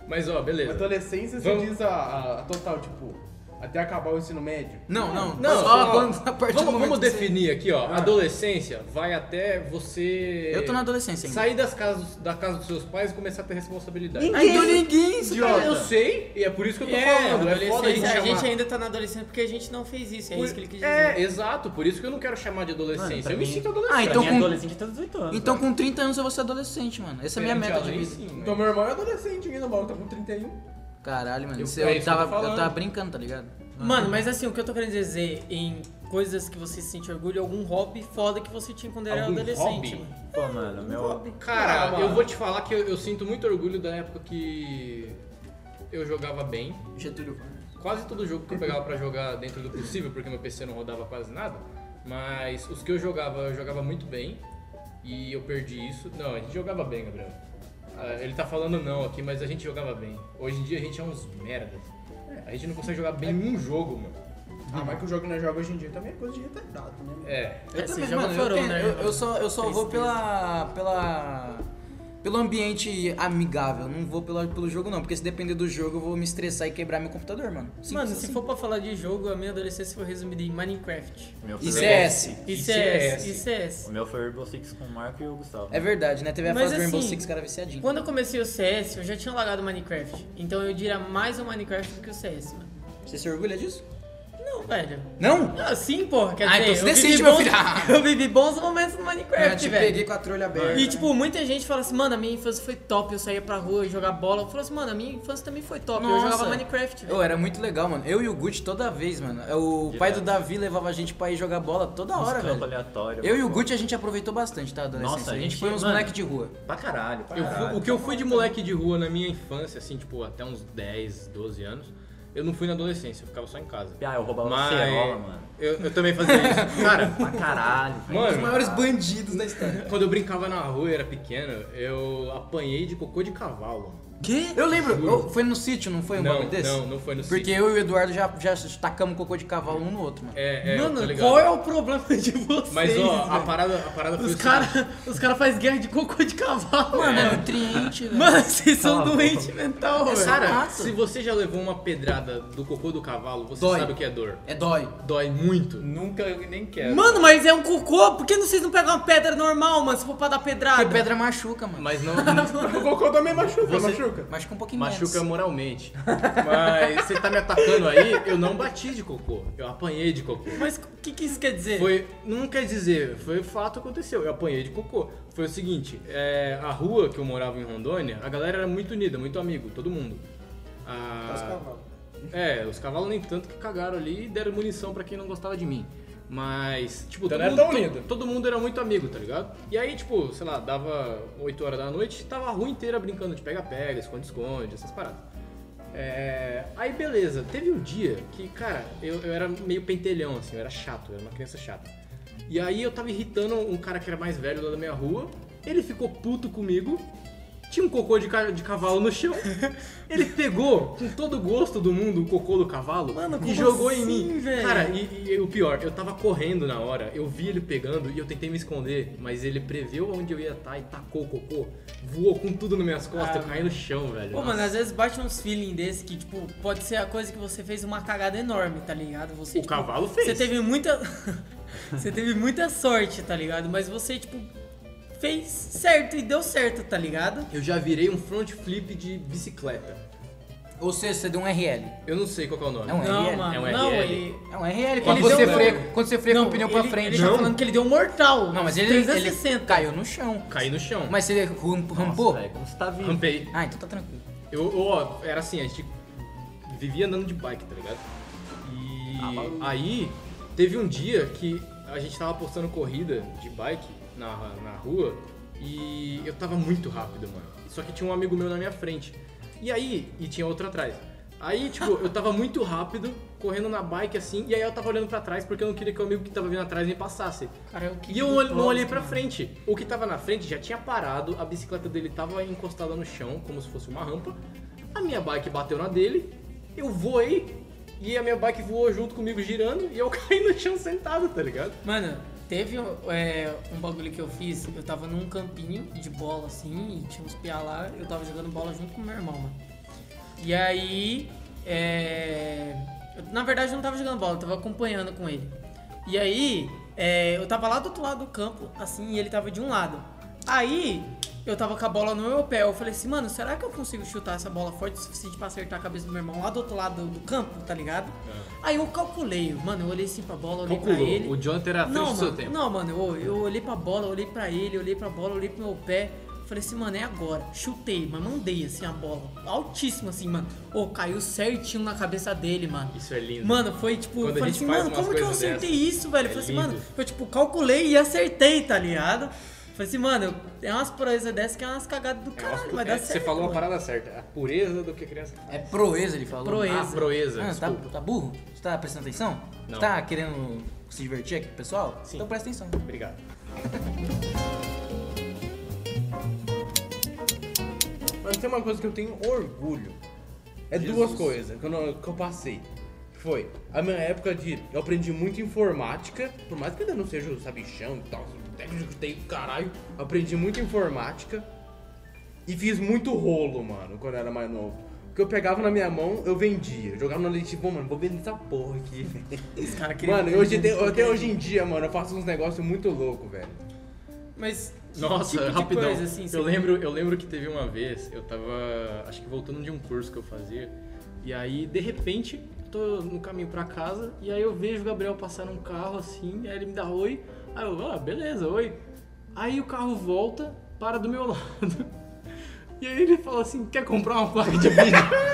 Speaker 4: Mas, ó,
Speaker 5: Na
Speaker 4: beleza.
Speaker 5: adolescência, você
Speaker 4: Vamos-
Speaker 5: diz a, a- a total, tipo, até acabar o ensino médio.
Speaker 2: Não, não.
Speaker 4: Não,
Speaker 2: só
Speaker 4: ó,
Speaker 2: quando, a partir do
Speaker 4: vamos,
Speaker 2: momento
Speaker 4: vamos
Speaker 2: que você-
Speaker 4: definir aqui, ó. Adolescência vai até você.
Speaker 2: Eu tô na adolescência ainda.
Speaker 4: Sair das casas, da casa dos seus pais e começar a ter responsabilidade.
Speaker 2: Ah, então ninguém.
Speaker 4: Idiota. Eu sei, e é por isso que eu tô
Speaker 3: É,
Speaker 4: falando. É foda
Speaker 3: adolescência, a gente
Speaker 4: chamar-
Speaker 3: ainda tá na adolescência porque a gente não fez isso, é isso que ele quis dizer.
Speaker 4: É, exato, por isso que eu não quero chamar de adolescência.
Speaker 6: Mano, pra
Speaker 4: eu me
Speaker 6: mim-
Speaker 4: sinto
Speaker 2: Ah,
Speaker 4: adolescente.
Speaker 6: pra
Speaker 2: então
Speaker 6: mim,
Speaker 2: com-
Speaker 6: adolescente até 18 anos.
Speaker 2: Então
Speaker 6: mano.
Speaker 2: com 30 anos eu vou ser adolescente, mano. Essa é a minha meta de vida.
Speaker 4: né?
Speaker 5: Então meu irmão é adolescente ainda, mano, tá com 31.
Speaker 2: Caralho, mano.
Speaker 4: Eu-
Speaker 2: isso
Speaker 4: é
Speaker 2: Eu,
Speaker 4: isso que eu tô
Speaker 2: tava, eu,
Speaker 4: falando.
Speaker 2: tava brincando, tá ligado?
Speaker 3: Mano, mas assim, o que eu tô querendo dizer em coisas que você sente orgulho, algum hobby foda que você tinha quando era
Speaker 4: Algum
Speaker 3: adolescente.
Speaker 4: hobby?
Speaker 3: mano.
Speaker 6: Pô, mano,
Speaker 2: então,
Speaker 6: meu.
Speaker 4: Cara,
Speaker 5: Ah, mano.
Speaker 4: eu vou te falar que eu, eu sinto muito orgulho da época que eu jogava bem.
Speaker 2: Getúlio
Speaker 4: Quase todo jogo que eu pegava pra jogar dentro do possível, porque meu PC não rodava quase nada. Mas os que eu jogava, eu jogava muito bem. E eu perdi isso. Não, a gente jogava bem, Gabriel. Ah, ele tá falando não aqui, mas a gente jogava bem. Hoje em dia a gente é uns merdas. A gente não consegue jogar bem em um jogo, mano.
Speaker 5: Ah, mas que o jogo não joga hoje em dia também é coisa de retardado, né?
Speaker 4: É.
Speaker 2: Eu
Speaker 3: É,
Speaker 2: também,
Speaker 3: você joga
Speaker 2: mano, eu
Speaker 3: furão,
Speaker 2: tenho-
Speaker 3: né,
Speaker 2: eu,
Speaker 3: irmão?
Speaker 2: eu só, eu só vou
Speaker 3: Tristeza.
Speaker 2: pela, pela, pelo ambiente amigável, não vou pela, pelo jogo não, porque se depender do jogo eu vou me estressar e quebrar meu computador, mano. Simples
Speaker 3: Mano, se
Speaker 2: assim.
Speaker 3: for pra falar de jogo, a minha adolescência foi resumida em Minecraft.
Speaker 6: Meu
Speaker 2: E
Speaker 6: foi
Speaker 2: CS.
Speaker 3: E
Speaker 4: CS.
Speaker 3: CS, e CS.
Speaker 6: O meu foi Rainbow Six com o Marco e o Gustavo.
Speaker 2: É verdade, né? Teve a
Speaker 3: Mas
Speaker 2: fase do Rainbow
Speaker 3: assim,
Speaker 2: Six, cara viciadinho.
Speaker 3: Quando eu comecei o CS, eu já tinha largado o Minecraft. Então eu diria mais o Minecraft do que o CS, mano.
Speaker 2: Você se orgulha disso?
Speaker 3: Não, velho.
Speaker 2: Não?
Speaker 3: Ah, sim, porra. Quer
Speaker 2: Ah,
Speaker 3: dizer,
Speaker 2: então se
Speaker 3: eu
Speaker 2: decide,
Speaker 3: vivi
Speaker 2: meu
Speaker 3: bons-
Speaker 2: filho. Ah.
Speaker 3: Eu vivi bons momentos no
Speaker 2: Eu
Speaker 3: Minecraft,
Speaker 2: te
Speaker 3: É, velho.
Speaker 2: peguei com a trolha aberta.
Speaker 3: E, tipo, muita gente fala assim, mano, a minha infância foi top, eu saía pra rua jogar bola. Eu falo assim, mano, a minha infância também foi top, eu
Speaker 2: Nossa.
Speaker 3: jogava Minecraft, velho.
Speaker 2: Oh, era muito legal, mano. Eu e o Gucci toda vez, mano. É, O pai do Davi levava a gente pra ir jogar bola toda hora,
Speaker 6: campo
Speaker 2: velho.
Speaker 6: aleatório.
Speaker 2: Eu e o Gucci a gente aproveitou bastante, tá, adolescência?
Speaker 6: né? Nossa,
Speaker 2: a
Speaker 6: a
Speaker 2: gente
Speaker 6: gente-
Speaker 2: foi uns
Speaker 6: mano.
Speaker 2: moleque de rua.
Speaker 6: Pra caralho, pra
Speaker 4: Eu
Speaker 6: caralho.
Speaker 4: fui- o que eu fui de moleque de rua na minha infância, assim, tipo, até uns 10, 12 anos, eu não fui na adolescência, eu ficava só em casa.
Speaker 6: Ah, eu roubava
Speaker 4: Mas
Speaker 6: cerola, mano.
Speaker 4: Eu, eu também fazia isso. Cara,
Speaker 6: Pra caralho. velho.
Speaker 2: Os
Speaker 4: mano,
Speaker 2: Um maiores bandidos da história.
Speaker 4: quando eu brincava na rua e era pequeno, eu apanhei de cocô de cavalo.
Speaker 2: Que? Eu lembro, eu- foi no sítio, não foi um
Speaker 4: Não,
Speaker 2: bagulho desse?
Speaker 4: não, não foi no
Speaker 2: Porque
Speaker 4: sítio.
Speaker 2: eu e o Eduardo já, já tacamos cocô de cavalo um no outro, mano.
Speaker 4: É, é, eu tô
Speaker 3: mano,
Speaker 4: ligado.
Speaker 3: qual é o problema de vocês?
Speaker 4: Mas, ó, a
Speaker 3: velho?
Speaker 4: parada, a parada foi o
Speaker 3: Os
Speaker 4: seguinte.
Speaker 3: caras os cara fazem guerra de cocô de cavalo,
Speaker 2: Mano,
Speaker 3: mano.
Speaker 2: é nutriente, velho.
Speaker 3: Mano, vocês são
Speaker 6: Cala a boca.
Speaker 3: doentes mental, velho.
Speaker 4: Cara,
Speaker 2: Exato.
Speaker 4: É, se você já levou uma pedrada do cocô do cavalo, você
Speaker 2: Dói.
Speaker 4: sabe o que é dor.
Speaker 2: É dói.
Speaker 4: Dói muito.
Speaker 6: Nunca eu nem quero.
Speaker 3: Mano, mas é um cocô, por que vocês não pegam uma pedra normal, mano, se for pra dar pedrada?
Speaker 2: Porque pedra machuca, mano.
Speaker 4: Mas não
Speaker 5: O cocô também machuca,
Speaker 4: Você-
Speaker 5: machuca.
Speaker 2: Machuca um pouquinho
Speaker 4: machuca
Speaker 2: menos.
Speaker 4: moralmente. Mas você tá me atacando aí, eu não bati de cocô. Eu apanhei de cocô.
Speaker 3: Mas o que, que isso quer dizer?
Speaker 4: Foi, não quer dizer, foi fato aconteceu. Eu apanhei de cocô. Foi o seguinte, é, a rua que eu morava em Rondônia, a galera era muito unida, muito amigo, todo mundo. Ah, É, os cavalos nem tanto que cagaram ali e deram munição pra quem não gostava de mim. Mas, tipo,
Speaker 5: Então
Speaker 4: todo,
Speaker 5: não era
Speaker 4: mundo,
Speaker 5: tão
Speaker 4: to-
Speaker 5: unido.
Speaker 4: todo mundo era muito amigo, tá ligado? E aí, tipo, sei lá, dava 8 horas da noite, tava a rua inteira brincando de pega-pega, esconde-esconde, essas paradas. É, Aí, beleza, teve um dia que, cara, eu, eu era meio pentelhão, assim, eu era chato, eu era uma criança chata. E aí eu tava irritando um cara que era mais velho lá da minha rua, ele ficou puto comigo, tinha um cocô de, ca- de cavalo no chão. Ele pegou com todo o gosto do mundo o cocô do cavalo
Speaker 3: Mano,
Speaker 4: e
Speaker 3: como
Speaker 4: jogou em
Speaker 3: assim,
Speaker 4: mim.
Speaker 3: velho?
Speaker 4: Cara, e, e o pior, eu tava correndo na hora, eu vi ele pegando e eu tentei me esconder, mas ele preveu onde eu ia estar e tacou o cocô, voou com tudo nas minhas costas, eu caí no chão, velho.
Speaker 3: Pô, mano, às vezes bate uns feeling desse que, tipo, pode ser a coisa que você fez uma cagada enorme, tá ligado? Você,
Speaker 4: o
Speaker 3: tipo,
Speaker 4: cavalo fez.
Speaker 3: Você teve muita. você teve muita sorte, tá ligado? Mas você, tipo, fez certo e deu certo, tá ligado?
Speaker 4: Eu já virei um front flip de bicicleta.
Speaker 2: Ou seja, você deu um RL.
Speaker 4: Eu não sei qual que é o nome.
Speaker 2: É um RL.
Speaker 3: Não, mano.
Speaker 4: É um
Speaker 3: não,
Speaker 4: RL.
Speaker 3: ele.
Speaker 2: É um RL.
Speaker 4: Quando
Speaker 2: Quando
Speaker 4: você
Speaker 2: você,
Speaker 4: deu-
Speaker 2: freia, quando você freia com o pneu pra
Speaker 3: ele-
Speaker 2: frente.
Speaker 3: Ele tá falando que ele deu um mortal.
Speaker 2: Não, mas ele, ele
Speaker 3: 360.
Speaker 2: caiu no chão.
Speaker 4: Caí no chão.
Speaker 2: Mas você ram-
Speaker 6: Nossa,
Speaker 2: rampou?
Speaker 6: velho, como você tá vivo.
Speaker 4: Rampei.
Speaker 2: Ah, então tá tranquilo.
Speaker 4: Eu, eu, ó, era assim, a gente vivia andando de bike, tá ligado? E aí, teve um dia que a gente tava postando corrida de bike na, na rua e eu tava muito rápido, mano. Só que tinha um amigo meu na minha frente. E aí, e tinha outro atrás. Aí, tipo, eu tava muito rápido, correndo na bike assim, e aí eu tava olhando pra trás porque eu não queria que o amigo que tava vindo atrás me passasse.
Speaker 3: Cara, eu que
Speaker 4: E eu
Speaker 3: que
Speaker 4: ol-
Speaker 2: um
Speaker 4: não olhei
Speaker 3: bosta,
Speaker 4: pra
Speaker 3: mano.
Speaker 4: frente. O que tava na frente já tinha parado, a bicicleta dele tava encostada no chão, como se fosse uma rampa. A minha bike bateu na dele, eu voei e a minha bike voou junto comigo girando e eu caí no chão sentado, tá ligado?
Speaker 3: Mano, teve é, um bagulho que eu fiz, eu tava num campinho de bola assim, e tinha uns piá lá, eu tava jogando bola junto com meu irmão, mano. E aí, é, eu- na verdade eu não tava jogando bola, eu tava acompanhando com ele. E aí, é, eu tava lá do outro lado do campo, assim, e ele tava de um lado. Aí, eu tava com a bola no meu pé, eu falei assim, mano, será que eu consigo chutar essa bola forte o suficiente pra acertar a cabeça do meu irmão lá do outro lado do campo, tá ligado? Aí eu calculei, mano, eu olhei assim pra bola, olhei pra ele...
Speaker 4: Jonathan era
Speaker 3: Não, mano, não, mano, eu, eu olhei pra bola, olhei pra ele, olhei pra bola, olhei pro meu pé. Falei assim, mano, é agora. Chutei, mas mandei assim a bola. Altíssima, assim, mano. Ô, caiu certinho na cabeça dele, mano.
Speaker 4: Isso é lindo.
Speaker 3: Mano, foi tipo,
Speaker 4: Quando a
Speaker 3: eu falei
Speaker 4: gente
Speaker 3: assim,
Speaker 4: faz
Speaker 3: mano,
Speaker 4: umas
Speaker 3: como que eu
Speaker 4: coisas é
Speaker 3: acertei isso, velho? Eu falei assim,
Speaker 4: lindo.
Speaker 3: mano, eu tipo, calculei e acertei, tá ligado? Falei assim, mano, eu- tem umas proezas dessas que é umas cagadas do
Speaker 4: É uma-
Speaker 3: caralho, mas dá
Speaker 4: é,
Speaker 3: certo.
Speaker 4: Você falou
Speaker 3: mano.
Speaker 4: a parada certa, a pureza do que a criança.
Speaker 2: É proeza, ele falou.
Speaker 3: Proeza.
Speaker 4: Ah, proeza.
Speaker 2: Ah, tá,
Speaker 4: desculpa.
Speaker 2: tá burro? Você tá prestando atenção?
Speaker 4: Não.
Speaker 2: Tá querendo se divertir aqui, com o pessoal?
Speaker 4: Sim.
Speaker 2: Então presta atenção.
Speaker 4: Obrigado.
Speaker 5: Mas tem uma coisa que eu tenho orgulho. É duas coisas que eu, não- que eu passei. foi a minha época de. Eu aprendi muito informática, por mais que eu ainda não seja o sabichão e tal, técnico que tem caralho. Aprendi muito informática e fiz muito rolo, mano, quando eu era mais novo. O que eu pegava na minha mão, eu vendia. Eu jogava no leite, bom, mano, vou vender essa porra aqui.
Speaker 3: Esse cara queria-
Speaker 5: mano, hoje, até- até hoje em dia, mano, eu faço uns negócios muito loucos, velho.
Speaker 3: Mas. que
Speaker 4: Nossa,
Speaker 3: tipo de
Speaker 4: rapidão.
Speaker 3: coisa, assim, você-
Speaker 4: eu, lembro, eu lembro que teve uma vez, eu tava, acho que voltando de um curso que eu fazia, e aí, de repente, eu tô no caminho pra casa, e aí eu vejo o Gabriel passar num carro assim, aí ele me dá oi, aí eu, ah, beleza, oi. Aí o carro volta, para do meu lado, e aí ele fala assim: quer comprar uma placa de vídeo?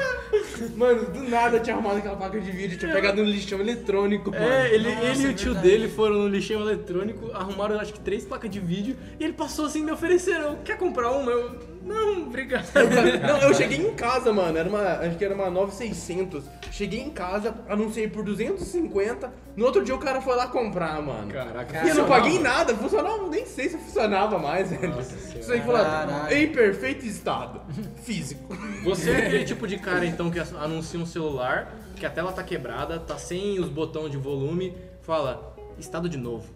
Speaker 5: Mano, do nada eu tinha arrumado aquela placa de vídeo, tinha pegado no lixão eletrônico, mano.
Speaker 4: É, ele,
Speaker 3: Nossa,
Speaker 4: ele e
Speaker 3: é
Speaker 4: o tio
Speaker 3: verdade.
Speaker 4: dele foram no lixão eletrônico, arrumaram acho que três placas de vídeo e ele passou assim me ofereceram, quer comprar uma? Eu, não, obrigado.
Speaker 5: Não, eu cheguei em casa, mano. Era uma, acho que era uma 9600. Cheguei em casa, anunciei por 250. No outro dia o cara foi lá comprar, mano.
Speaker 4: Caraca,
Speaker 5: e eu não paguei
Speaker 4: é
Speaker 5: nada, funcionava, nem sei se funcionava mais, velho. Isso aí foi lá,
Speaker 2: Caralho.
Speaker 5: em perfeito estado físico.
Speaker 4: Você é aquele tipo de cara então que anuncia um celular, que a tela tá quebrada, tá sem os botões de volume, fala, estado de novo.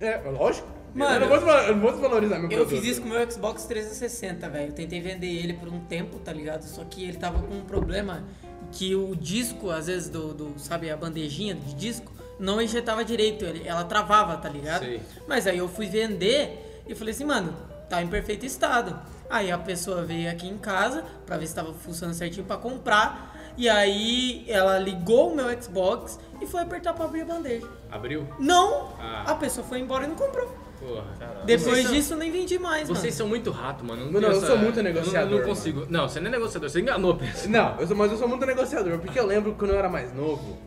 Speaker 5: É, lógico.
Speaker 3: Mano,
Speaker 5: eu não vou desvalorizar, eu não vou desvalorizar meu
Speaker 3: Eu
Speaker 5: produto.
Speaker 3: fiz isso
Speaker 4: né?
Speaker 3: com o meu Xbox 360, velho. Eu tentei vender ele por um tempo, tá ligado? Só que ele tava com um problema que o disco, às vezes, do, do- sabe, a bandejinha de disco, não injetava direito. ele- Ela travava, tá ligado?
Speaker 4: Sei.
Speaker 3: Mas aí eu fui vender e falei assim, mano, tá em perfeito estado. Aí a pessoa veio aqui em casa pra ver se tava funcionando certinho pra comprar. E aí ela ligou o meu Xbox e foi apertar pra abrir a bandeja.
Speaker 4: Abriu?
Speaker 3: Não!
Speaker 4: Ah.
Speaker 3: A pessoa foi embora e não comprou.
Speaker 4: Porra.
Speaker 3: Depois
Speaker 4: Vocês são-
Speaker 3: disso, eu nem vendi mais, mano.
Speaker 4: Vocês são muito rato, mano.
Speaker 5: Mano,
Speaker 4: tenho
Speaker 5: eu sou muito
Speaker 4: Não,
Speaker 5: negociador,
Speaker 4: não
Speaker 5: mano.
Speaker 4: consigo. Não, você não é negociador, você enganou a pessoa.
Speaker 5: Não, eu sou, mas eu sou muito negociador, porque eu lembro que quando eu era mais novo,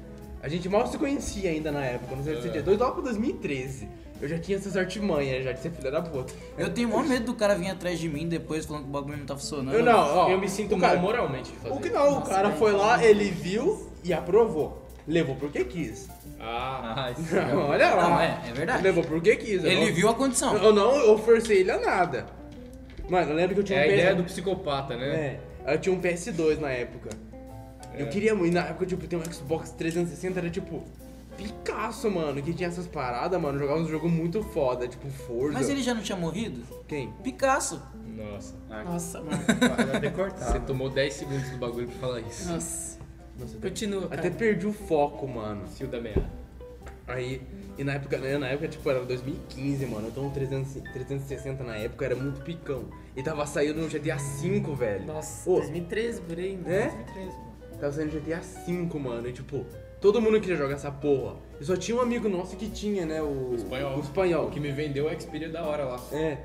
Speaker 5: a gente mal se conhecia ainda na época, não sei
Speaker 4: É.
Speaker 5: se você tinha dois, lá pra 2013. Eu já tinha essas artimanhas já de ser filha da puta.
Speaker 2: Eu tenho o maior medo do cara vir atrás de mim depois falando que o bagulho não tá funcionando.
Speaker 5: Eu não, ó.
Speaker 4: Eu me sinto
Speaker 5: o
Speaker 4: mal
Speaker 5: cara-
Speaker 4: moralmente de fazer.
Speaker 5: O que não, o
Speaker 3: Nossa,
Speaker 5: cara
Speaker 3: velho.
Speaker 5: foi lá, ele viu e aprovou. Levou porque quis.
Speaker 4: Ah,
Speaker 6: Ah, isso
Speaker 5: Olha lá.
Speaker 2: Não, é, é verdade.
Speaker 5: Levou porque quis. eu
Speaker 2: Ele
Speaker 5: não-
Speaker 2: viu a condição.
Speaker 5: Eu não eu forcei ele a nada. Mano, eu lembro que eu tinha
Speaker 4: é a
Speaker 5: um
Speaker 4: ideia do
Speaker 5: PS...
Speaker 4: psicopata, né?
Speaker 5: É, eu tinha um PS2 na época.
Speaker 2: É.
Speaker 5: Eu queria muito, na época, tipo, ter um Xbox 360 era tipo. Picasso, mano, que tinha essas paradas, mano. Jogava um jogo muito foda, tipo Forza.
Speaker 2: Mas ele já não tinha morrido?
Speaker 5: Quem?
Speaker 2: Picasso.
Speaker 4: Nossa.
Speaker 3: Nossa, mano.
Speaker 6: vai ter cortado.
Speaker 4: Você tomou 10 segundos do bagulho pra falar isso.
Speaker 3: Nossa.
Speaker 5: Nossa,
Speaker 3: Continua, cara.
Speaker 5: Até perdi o foco, mano.
Speaker 4: Fio da meia.
Speaker 5: Aí, e na época, né, na época, tipo, era 2015, mano. Então o 300, 360 na época era muito picão. E tava saindo no GTA V, velho.
Speaker 3: Nossa,
Speaker 5: Ô,
Speaker 3: 2013, por aí. né?
Speaker 5: É?
Speaker 3: 2013.
Speaker 5: Tava saindo GTA V, mano. E tipo, todo mundo queria jogar essa porra. E só tinha um amigo nosso que tinha, né? O,
Speaker 4: espanhol.
Speaker 5: O espanhol.
Speaker 4: O que me vendeu o Xperia da hora lá.
Speaker 5: É.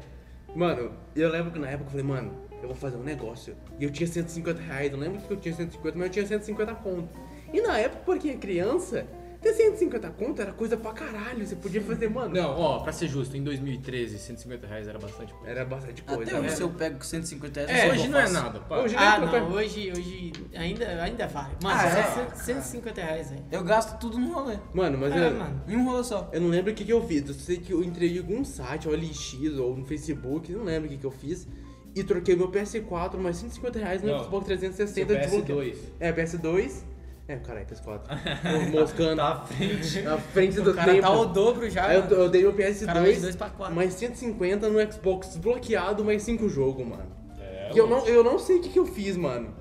Speaker 5: Mano, eu lembro que na época eu falei, mano, eu vou fazer um negócio. E eu tinha 150 reais, eu lembro que eu tinha 150, mas eu tinha 150 conto. E na época, porque é criança, ter 150 conto era coisa pra caralho. Você podia fazer, mano.
Speaker 4: Não, ó, pra ser justo, em 2013, 150 reais era bastante.
Speaker 5: Era bastante coisa.
Speaker 2: Até
Speaker 5: né?
Speaker 2: hoje se eu pego com 150 reais,
Speaker 4: É,
Speaker 2: eu
Speaker 4: hoje
Speaker 2: sou
Speaker 4: não é
Speaker 2: fácil.
Speaker 4: nada, pá.
Speaker 5: Hoje nem
Speaker 3: Ah,
Speaker 5: conta-
Speaker 3: não, hoje, hoje ainda, ainda vale. Mano,
Speaker 2: Ah,
Speaker 3: só
Speaker 2: é?
Speaker 3: cento- 150 reais, velho.
Speaker 2: Eu gasto tudo num rolê.
Speaker 5: Mano, mas
Speaker 3: É,
Speaker 5: eu,
Speaker 3: mano.
Speaker 2: Em um rolê só.
Speaker 5: eu não lembro o que, que eu fiz. Eu sei que eu entrei em algum site, ou LX, ou no Facebook, não lembro o que, que eu fiz. E troquei meu PS4, mais 150 reais no
Speaker 4: Não.
Speaker 5: Xbox 360
Speaker 4: Seu
Speaker 5: desbloqueado.
Speaker 4: PS2.
Speaker 5: É, PS2. É, caralho, PS4. Tô moscando.
Speaker 6: Tá à frente.
Speaker 5: Na frente do
Speaker 3: O cara
Speaker 5: tempo.
Speaker 3: tá ao dobro já.
Speaker 5: Aí eu,
Speaker 3: mano.
Speaker 5: eu dei meu
Speaker 3: cara vai de
Speaker 5: PS2,
Speaker 3: dois pra quatro.
Speaker 5: mais 150 no Xbox desbloqueado, mais 5 jogo, mano.
Speaker 4: É,
Speaker 5: e eu não, eu não sei o que, que eu fiz, mano.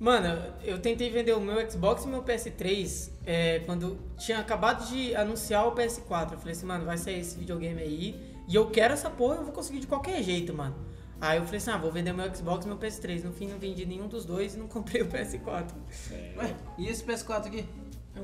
Speaker 3: Mano, eu tentei vender o meu Xbox e meu PS3 é, quando tinha acabado de anunciar o PS4. Eu falei assim, mano, vai sair esse videogame aí e eu quero essa porra, eu vou conseguir de qualquer jeito, mano. Aí eu falei assim, ah, vou vender meu Xbox e meu PS3. No fim, não vendi nenhum dos dois e não comprei o PS4.
Speaker 2: Ué, e esse PS4 aqui?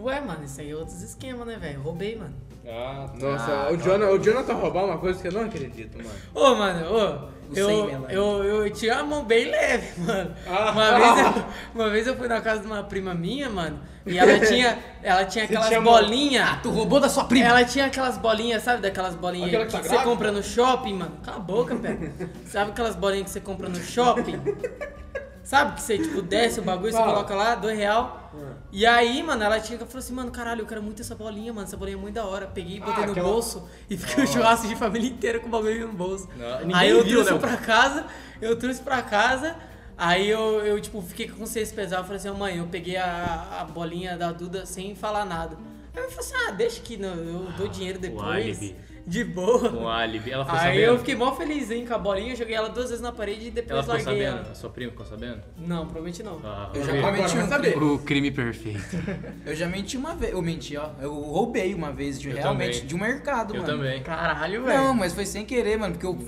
Speaker 3: Ué, mano, isso aí é outros esquemas, né, velho? Roubei, mano.
Speaker 4: Ah, tá.
Speaker 5: Nossa, o, Jonah, o Jonathan roubar uma coisa que eu não acredito, né? mano.
Speaker 3: Ô, mano, ô,
Speaker 2: Não
Speaker 3: eu,
Speaker 2: sei, né, mano? Ah.
Speaker 3: eu, eu tirei a mão bem leve, mano. Uma, vez eu, uma vez eu fui na casa de uma prima minha, mano, e ela tinha, ela tinha aquelas
Speaker 5: tinha mão-
Speaker 3: bolinhas.
Speaker 2: Ah, Tu roubou da sua prima.
Speaker 3: Ela tinha aquelas bolinhas, sabe? Daquelas bolinhas
Speaker 4: Aquela
Speaker 3: que,
Speaker 4: que tá
Speaker 3: você
Speaker 4: grávida?
Speaker 3: compra no shopping, mano. Cala a boca, pé. sabe aquelas bolinhas que você compra no shopping? sabe que você, tipo, desce o bagulho, você
Speaker 5: Fala.
Speaker 3: coloca lá, dois real. E aí, mano, ela tinha que falou assim, mano, caralho, eu quero muito essa bolinha, mano. Essa bolinha é muito da hora. Peguei e botei no
Speaker 4: aquela-
Speaker 3: bolso e fiquei o churrasco de família inteira com o bagulho no bolso.
Speaker 4: Não, ninguém
Speaker 3: aí eu
Speaker 4: viu,
Speaker 3: trouxe
Speaker 4: né?
Speaker 3: pra casa, eu trouxe pra casa. Aí eu, eu, tipo, fiquei com consciência pesada. Eu falei assim, "Ô, mãe, eu peguei a, a bolinha da Duda sem falar nada. Aí eu falei assim, ah, deixa que não, eu dou dinheiro depois.
Speaker 6: álibi.
Speaker 3: De boa.
Speaker 6: Com álibi. Ela ficou
Speaker 3: Aí
Speaker 6: sabendo?
Speaker 3: Ah, eu fiquei mó felizinho com a bolinha, joguei ela duas vezes na parede e
Speaker 6: Ela
Speaker 3: depois
Speaker 6: ficou
Speaker 3: larguei
Speaker 6: sabendo?
Speaker 3: ela.
Speaker 6: A sua prima ficou sabendo?
Speaker 3: Não, provavelmente não.
Speaker 6: Ah,
Speaker 2: Eu já
Speaker 5: Agora
Speaker 2: cometi
Speaker 5: vai
Speaker 2: um
Speaker 5: saber.
Speaker 6: o crime perfeito.
Speaker 2: Eu já menti uma vez. Eu menti, ó. Eu roubei uma vez de
Speaker 4: Eu
Speaker 2: realmente
Speaker 4: também.
Speaker 2: de um mercado,
Speaker 4: Eu
Speaker 2: mano.
Speaker 4: também.
Speaker 6: Caralho,
Speaker 2: Não, mas foi sem querer, mano, porque eu,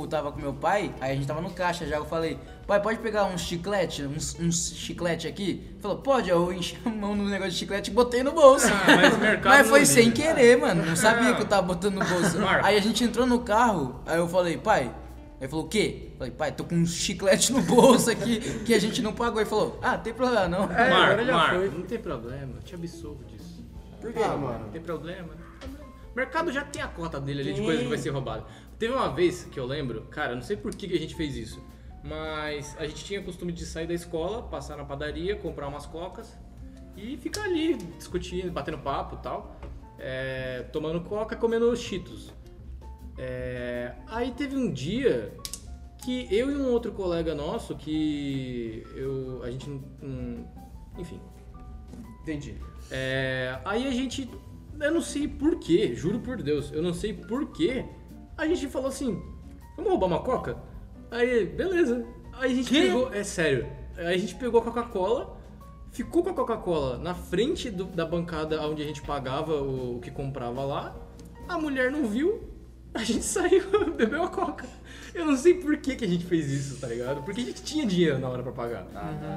Speaker 2: eu tava com meu pai, aí a gente tava no caixa já, eu falei, pai, pode pegar um chiclete, uns, uns chiclete aqui? Ele falou, pode, eu enchi a mão no negócio de chiclete e botei no bolso.
Speaker 4: Ah, mas o mercado
Speaker 2: Mas foi
Speaker 4: não
Speaker 2: sem
Speaker 4: liga.
Speaker 2: querer, mano, não sabia
Speaker 4: Não.
Speaker 2: que eu tava botando no bolso.
Speaker 4: Marco.
Speaker 2: Aí a gente entrou no carro, aí eu falei, pai... Ele falou, o quê? Eu Falei, pai, tô com um chiclete no bolso aqui que a gente não pagou. Ele falou, ah, tem problema não.
Speaker 4: É,
Speaker 6: Marco,
Speaker 4: agora já
Speaker 6: Marco.
Speaker 4: foi. Não tem problema, eu te absolvo disso.
Speaker 5: Por quê? Ah, mano.
Speaker 4: Não tem problema. não tem problema. O mercado já tem a cota dele ali de coisa que vai ser roubada. Teve uma vez que eu lembro, cara, eu não sei por que que a gente fez isso, mas a gente tinha costume de sair da escola, passar na padaria, comprar umas cocas e ficar ali discutindo, batendo papo e tal, é, tomando coca, comendo cheetos. É, aí teve um dia que eu e um outro colega nosso que eu a gente não- não, enfim,
Speaker 5: Entendi.
Speaker 4: é, aí a gente. Eu não sei porquê, juro por Deus, eu não sei porquê. A gente falou assim: vamos roubar uma coca? Aí, beleza. Aí a gente pegou. É sério. Aí a gente pegou a Coca-Cola, ficou com a Coca-Cola na frente do- da bancada onde a gente pagava o, o que comprava lá. A mulher não viu, a gente saiu, bebeu a Coca. Eu não sei por que, que a gente fez isso, tá ligado? Porque a gente tinha dinheiro na hora pra pagar.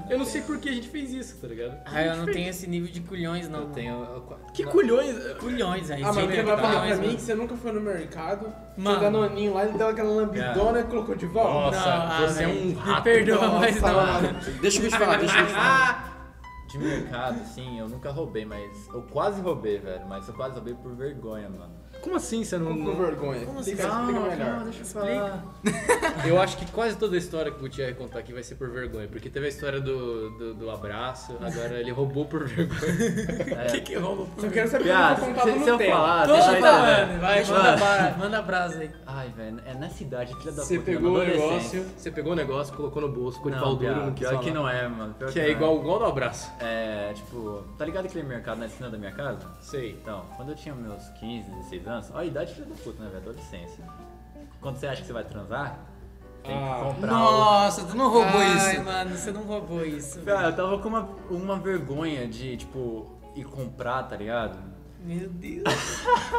Speaker 4: Eu não sei por que a gente fez isso, tá ligado?
Speaker 3: Ah, eu não
Speaker 4: Fez.
Speaker 3: tenho esse nível de culhões, não.
Speaker 6: Eu tenho. eu-
Speaker 4: Que culhões!
Speaker 3: Culhões aí.
Speaker 5: Ah, mas
Speaker 3: gente,
Speaker 5: você vai falar pra
Speaker 3: culhões,
Speaker 5: mim que
Speaker 3: mano.
Speaker 5: você nunca foi no mercado,
Speaker 3: né? Mano.
Speaker 5: seu danoninho lá e deu aquela lambidona e colocou de volta? né?
Speaker 6: Nossa,
Speaker 3: Não, ah,
Speaker 6: você é um
Speaker 3: velho,
Speaker 6: rato.
Speaker 3: Me perdoa, mas não. Ah,
Speaker 1: Deixa o bicho falar, deixa o bicho falar.
Speaker 6: De mercado, sim, eu nunca roubei, mas. Eu quase roubei, velho. Mas eu quase roubei por vergonha, mano.
Speaker 4: Como assim você não.
Speaker 5: Com
Speaker 4: não...
Speaker 5: vergonha.
Speaker 3: Como
Speaker 5: explica,
Speaker 3: assim?
Speaker 5: explica melhor.
Speaker 6: deixa eu falar.
Speaker 4: Eu acho que quase toda a história que o Gutierre contar aqui vai ser por vergonha. Porque teve a história do, do, do abraço, agora ele roubou por vergonha.
Speaker 3: Que que rouba?
Speaker 5: Só quero saber
Speaker 6: Piada,
Speaker 5: como foi
Speaker 6: se,
Speaker 5: contado no
Speaker 6: se eu
Speaker 5: tempo.
Speaker 6: falar, deixa
Speaker 3: Conta,
Speaker 6: eu falar.
Speaker 3: mano. Vai,
Speaker 6: Deixa eu
Speaker 3: manda,
Speaker 6: falar.
Speaker 3: pra- manda brasa aí.
Speaker 6: Ai, velho, é nessa idade, filha da puta.
Speaker 5: Você
Speaker 6: na
Speaker 5: pegou o
Speaker 6: adolescência.
Speaker 5: negócio.
Speaker 4: Você pegou o negócio, colocou no bolso, ficou de pau
Speaker 6: Não,
Speaker 4: duro,
Speaker 6: pior,
Speaker 4: não quis
Speaker 6: pior que
Speaker 4: falar.
Speaker 6: não é, mano. Pior
Speaker 4: Que é
Speaker 6: não
Speaker 4: igual, igual do abraço.
Speaker 6: É, tipo, tá ligado aquele mercado na esquina da minha casa?
Speaker 4: Sei.
Speaker 6: Então, quando eu tinha meus 15, 16 anos, ó, a idade filha da puta, né, velho? Adolescência. Quando você acha que você vai transar, tem
Speaker 5: Ah.
Speaker 6: que comprar o.
Speaker 2: Nossa, tu não roubou
Speaker 3: Ai,
Speaker 2: isso.
Speaker 3: mano, você não roubou isso.
Speaker 6: Cara, eu tava com uma, uma vergonha de, tipo, ir comprar, tá ligado?
Speaker 3: Meu Deus.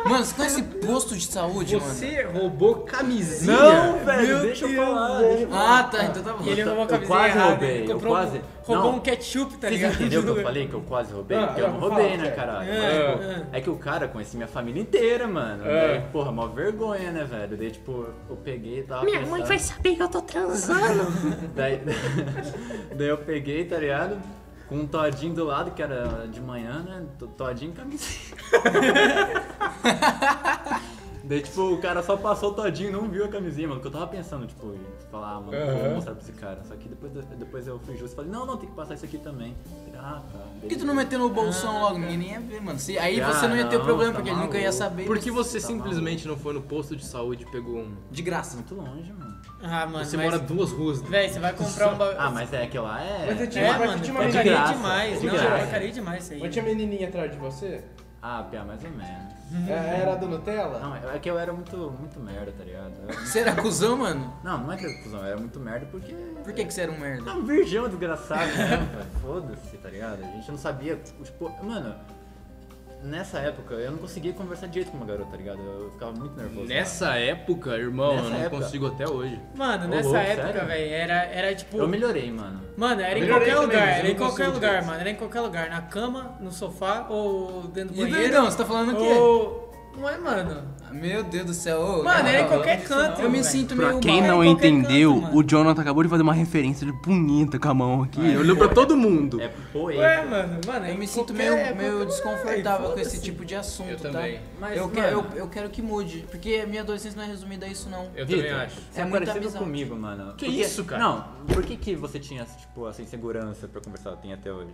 Speaker 2: Mano, você conhece posto de saúde, mano?
Speaker 4: Você roubou camisinha.
Speaker 6: velho, deixa eu falar. Deixa eu
Speaker 2: Ah, tá, então tá bom.
Speaker 3: Ele roubou a
Speaker 6: eu
Speaker 3: camisinha
Speaker 6: quase
Speaker 3: errada,
Speaker 6: roubei,
Speaker 3: ele
Speaker 6: eu
Speaker 3: comprou um-
Speaker 6: quase-
Speaker 3: Roubou
Speaker 6: Não.
Speaker 3: um ketchup, tá
Speaker 6: Vocês
Speaker 3: ligado?
Speaker 6: entenderam que eu falei que eu quase roubei?
Speaker 5: Ah,
Speaker 6: Porque eu
Speaker 5: eu
Speaker 6: não
Speaker 5: vou
Speaker 6: roubei,
Speaker 5: falar,
Speaker 6: né,
Speaker 5: cara.
Speaker 6: caralho?
Speaker 3: É,
Speaker 6: Mas, tipo, é que o cara conhecia minha família inteira, mano.
Speaker 4: É.
Speaker 6: Daí, porra, mó vergonha, né, velho? Daí, tipo, eu peguei e tava
Speaker 7: Minha
Speaker 6: pensando...
Speaker 7: mãe vai saber que eu tô transando.
Speaker 6: Daí, daí eu peguei, tá ligado? Com um todinho do lado, que era de manhã, né? To- Todinho e camisinha. daí, tipo, o cara só passou o todinho e não viu a camisinha, mano. Porque eu tava pensando, tipo, em falar, ah, mano, vou
Speaker 4: Aham.
Speaker 6: mostrar pra esse cara. Só que depois, depois eu fui justo e falei, não, não, tem que passar isso aqui também. Ah, tá.
Speaker 2: Por que tu não meteu no bolsão logo? Ninguém nem ia ver, mano. Se- aí
Speaker 6: Ah,
Speaker 2: você não ia ter o
Speaker 6: não,
Speaker 2: problema,
Speaker 6: tá
Speaker 2: porque ele nunca ia
Speaker 6: maluco.
Speaker 2: saber.
Speaker 4: Por que você
Speaker 6: Tá
Speaker 4: simplesmente não foi no posto de saúde e pegou um?
Speaker 2: De graça.
Speaker 6: é Muito longe, mano.
Speaker 3: Ah, mano,
Speaker 4: Você
Speaker 3: mas-
Speaker 4: mora duas ruas.
Speaker 3: Véi, você vai comprar um bagulho.
Speaker 6: Ah, mas é que lá é.
Speaker 5: Mas eu tinha-
Speaker 3: É,
Speaker 5: mas
Speaker 3: mano,
Speaker 5: tinha uma
Speaker 3: porcaria
Speaker 6: graça,
Speaker 3: demais.
Speaker 6: de
Speaker 3: não,
Speaker 6: graça.
Speaker 3: é porcaria demais isso aí.
Speaker 5: Mas tinha menininha atrás de você?
Speaker 6: Ah, piá, mais ou menos.
Speaker 5: É, Era a do Nutella?
Speaker 6: Não, é que eu era muito, muito merda, tá ligado? Eu era-
Speaker 2: Você era cuzão, mano?
Speaker 6: Não, não é que eu cuzão, eu era muito merda porque.
Speaker 2: Por que, que você era um merda?
Speaker 6: Ah, um virgão desgraçado, né? velho? Foda-se, tá ligado? A gente não sabia. Tipo, mano, nessa época eu não conseguia conversar direito com uma garota, tá ligado? Eu ficava muito nervoso.
Speaker 4: Nessa época, irmão,
Speaker 6: Nessa
Speaker 4: eu não
Speaker 6: época.
Speaker 4: consigo até hoje.
Speaker 3: Mano,
Speaker 6: Ô,
Speaker 3: nessa
Speaker 6: louco,
Speaker 3: época,
Speaker 6: sério?
Speaker 3: velho, era, era tipo.
Speaker 6: Eu melhorei, mano.
Speaker 3: Mano, era em
Speaker 4: Melhorei
Speaker 3: qualquer
Speaker 4: também,
Speaker 3: lugar,
Speaker 4: mas eu
Speaker 3: era em
Speaker 4: não
Speaker 3: qualquer
Speaker 4: consigo
Speaker 3: lugar,
Speaker 4: direito.
Speaker 3: mano. Era em qualquer lugar. Na cama, no sofá ou dentro do
Speaker 2: E
Speaker 3: banheiro.
Speaker 2: doidão, você tá falando o quê? Ah,
Speaker 3: Ou. Não é, mano.
Speaker 2: Meu Deus do céu, ô.
Speaker 3: Mano,
Speaker 2: cara,
Speaker 3: era em qualquer canto.
Speaker 2: Eu me
Speaker 3: velho.
Speaker 2: sinto
Speaker 1: Pra
Speaker 2: meio
Speaker 1: quem
Speaker 2: mal.
Speaker 1: não
Speaker 3: em qualquer
Speaker 1: entendeu,
Speaker 3: canto, mano.
Speaker 1: o Jonathan acabou de fazer uma referência de bonita com a mão aqui. Olhou pra todo mundo.
Speaker 6: É poeta.
Speaker 3: Ué, mano, mano.
Speaker 8: é
Speaker 2: Eu
Speaker 3: em
Speaker 2: me sinto
Speaker 3: qualquer
Speaker 2: meio,
Speaker 3: época,
Speaker 2: meio
Speaker 3: mano,
Speaker 2: desconfortável com
Speaker 3: foda-se.
Speaker 2: esse tipo de assunto,
Speaker 4: Eu
Speaker 2: tá?
Speaker 4: também.
Speaker 6: Mas,
Speaker 2: eu,
Speaker 6: mano-
Speaker 2: quero, eu, eu quero que mude, porque a minha adolescência não é resumida a isso, não.
Speaker 4: Eu também
Speaker 6: Vitor,
Speaker 4: acho.
Speaker 6: Você é,
Speaker 2: É muita
Speaker 6: parecido
Speaker 2: amizade.
Speaker 6: comigo, mano.
Speaker 4: Que isso, cara?
Speaker 6: Não, por que, que você tinha, tipo, essa insegurança pra conversar? Tem até hoje.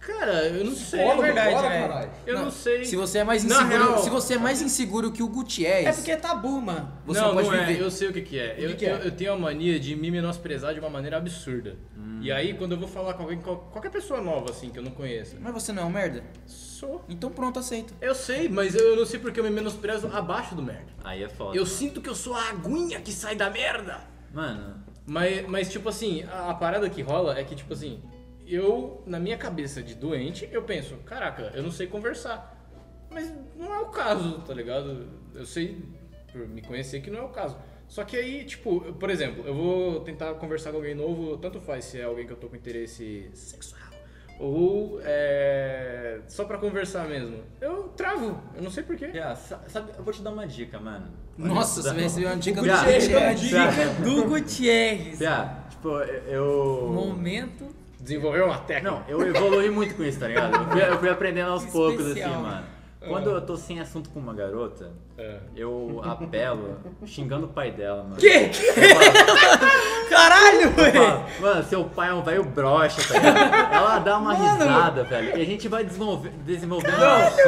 Speaker 4: Cara, eu não sei.
Speaker 2: É verdade,
Speaker 5: bora,
Speaker 3: né?
Speaker 2: velho.
Speaker 5: caralho.
Speaker 4: Eu não, sei.
Speaker 2: Se você é mais
Speaker 4: Na
Speaker 2: inseguro,
Speaker 4: real-
Speaker 2: se você é mais inseguro que o Gutierrez,
Speaker 8: É porque é tabu, mano.
Speaker 2: você
Speaker 4: não,
Speaker 2: não, pode
Speaker 4: não
Speaker 2: viver.
Speaker 4: É. Eu sei o que, que é. eu,
Speaker 8: que é?
Speaker 4: Eu, eu tenho a mania de me menosprezar de uma maneira absurda.
Speaker 2: Hum.
Speaker 4: E aí, quando eu vou falar com alguém, qual- qualquer pessoa nova, assim, que eu não conheço,
Speaker 2: Mas você não é um merda?
Speaker 4: sou.
Speaker 2: Então pronto, aceito.
Speaker 4: Eu sei, mas eu não sei porque eu me menosprezo abaixo do merda.
Speaker 6: Aí é foda.
Speaker 4: Eu sinto que eu sou a aguinha que sai da merda.
Speaker 6: Mano,
Speaker 4: Mas, mas tipo assim, a, a parada que rola é que, tipo assim, eu, na minha cabeça de doente, eu penso, caraca, eu não sei conversar. Mas não é o caso, tá ligado? Eu sei, por me conhecer, que não é o caso. Só que aí, tipo, eu- por exemplo, eu vou tentar conversar com alguém novo, tanto faz se é alguém que eu tô com interesse sexual ou é, só pra conversar mesmo. Eu travo, eu não sei porquê.
Speaker 6: Piá, sa- sabe, eu vou te dar uma dica, mano.
Speaker 2: Nossa, você vai receber uma dica do
Speaker 6: Piá,
Speaker 2: Gutierrez.
Speaker 8: Dica do Gutierrez.
Speaker 6: Piá, tipo, eu...
Speaker 8: Momento.
Speaker 4: Desenvolver uma técnica.
Speaker 6: Não, eu evoluí muito com isso, tá ligado? Eu fui, eu fui aprendendo aos poucos, assim,
Speaker 8: Especial.
Speaker 6: mano. Quando eu tô sem assunto com uma garota,
Speaker 4: É.
Speaker 6: eu apelo xingando o pai dela, mano.
Speaker 8: Que? Caralho, velho.
Speaker 6: Fala, Mano, seu pai é um velho broxa, tá ligado? Ela dá uma
Speaker 8: Mano.
Speaker 6: risada, velho. E a gente vai desenvolver, desenvolvendo.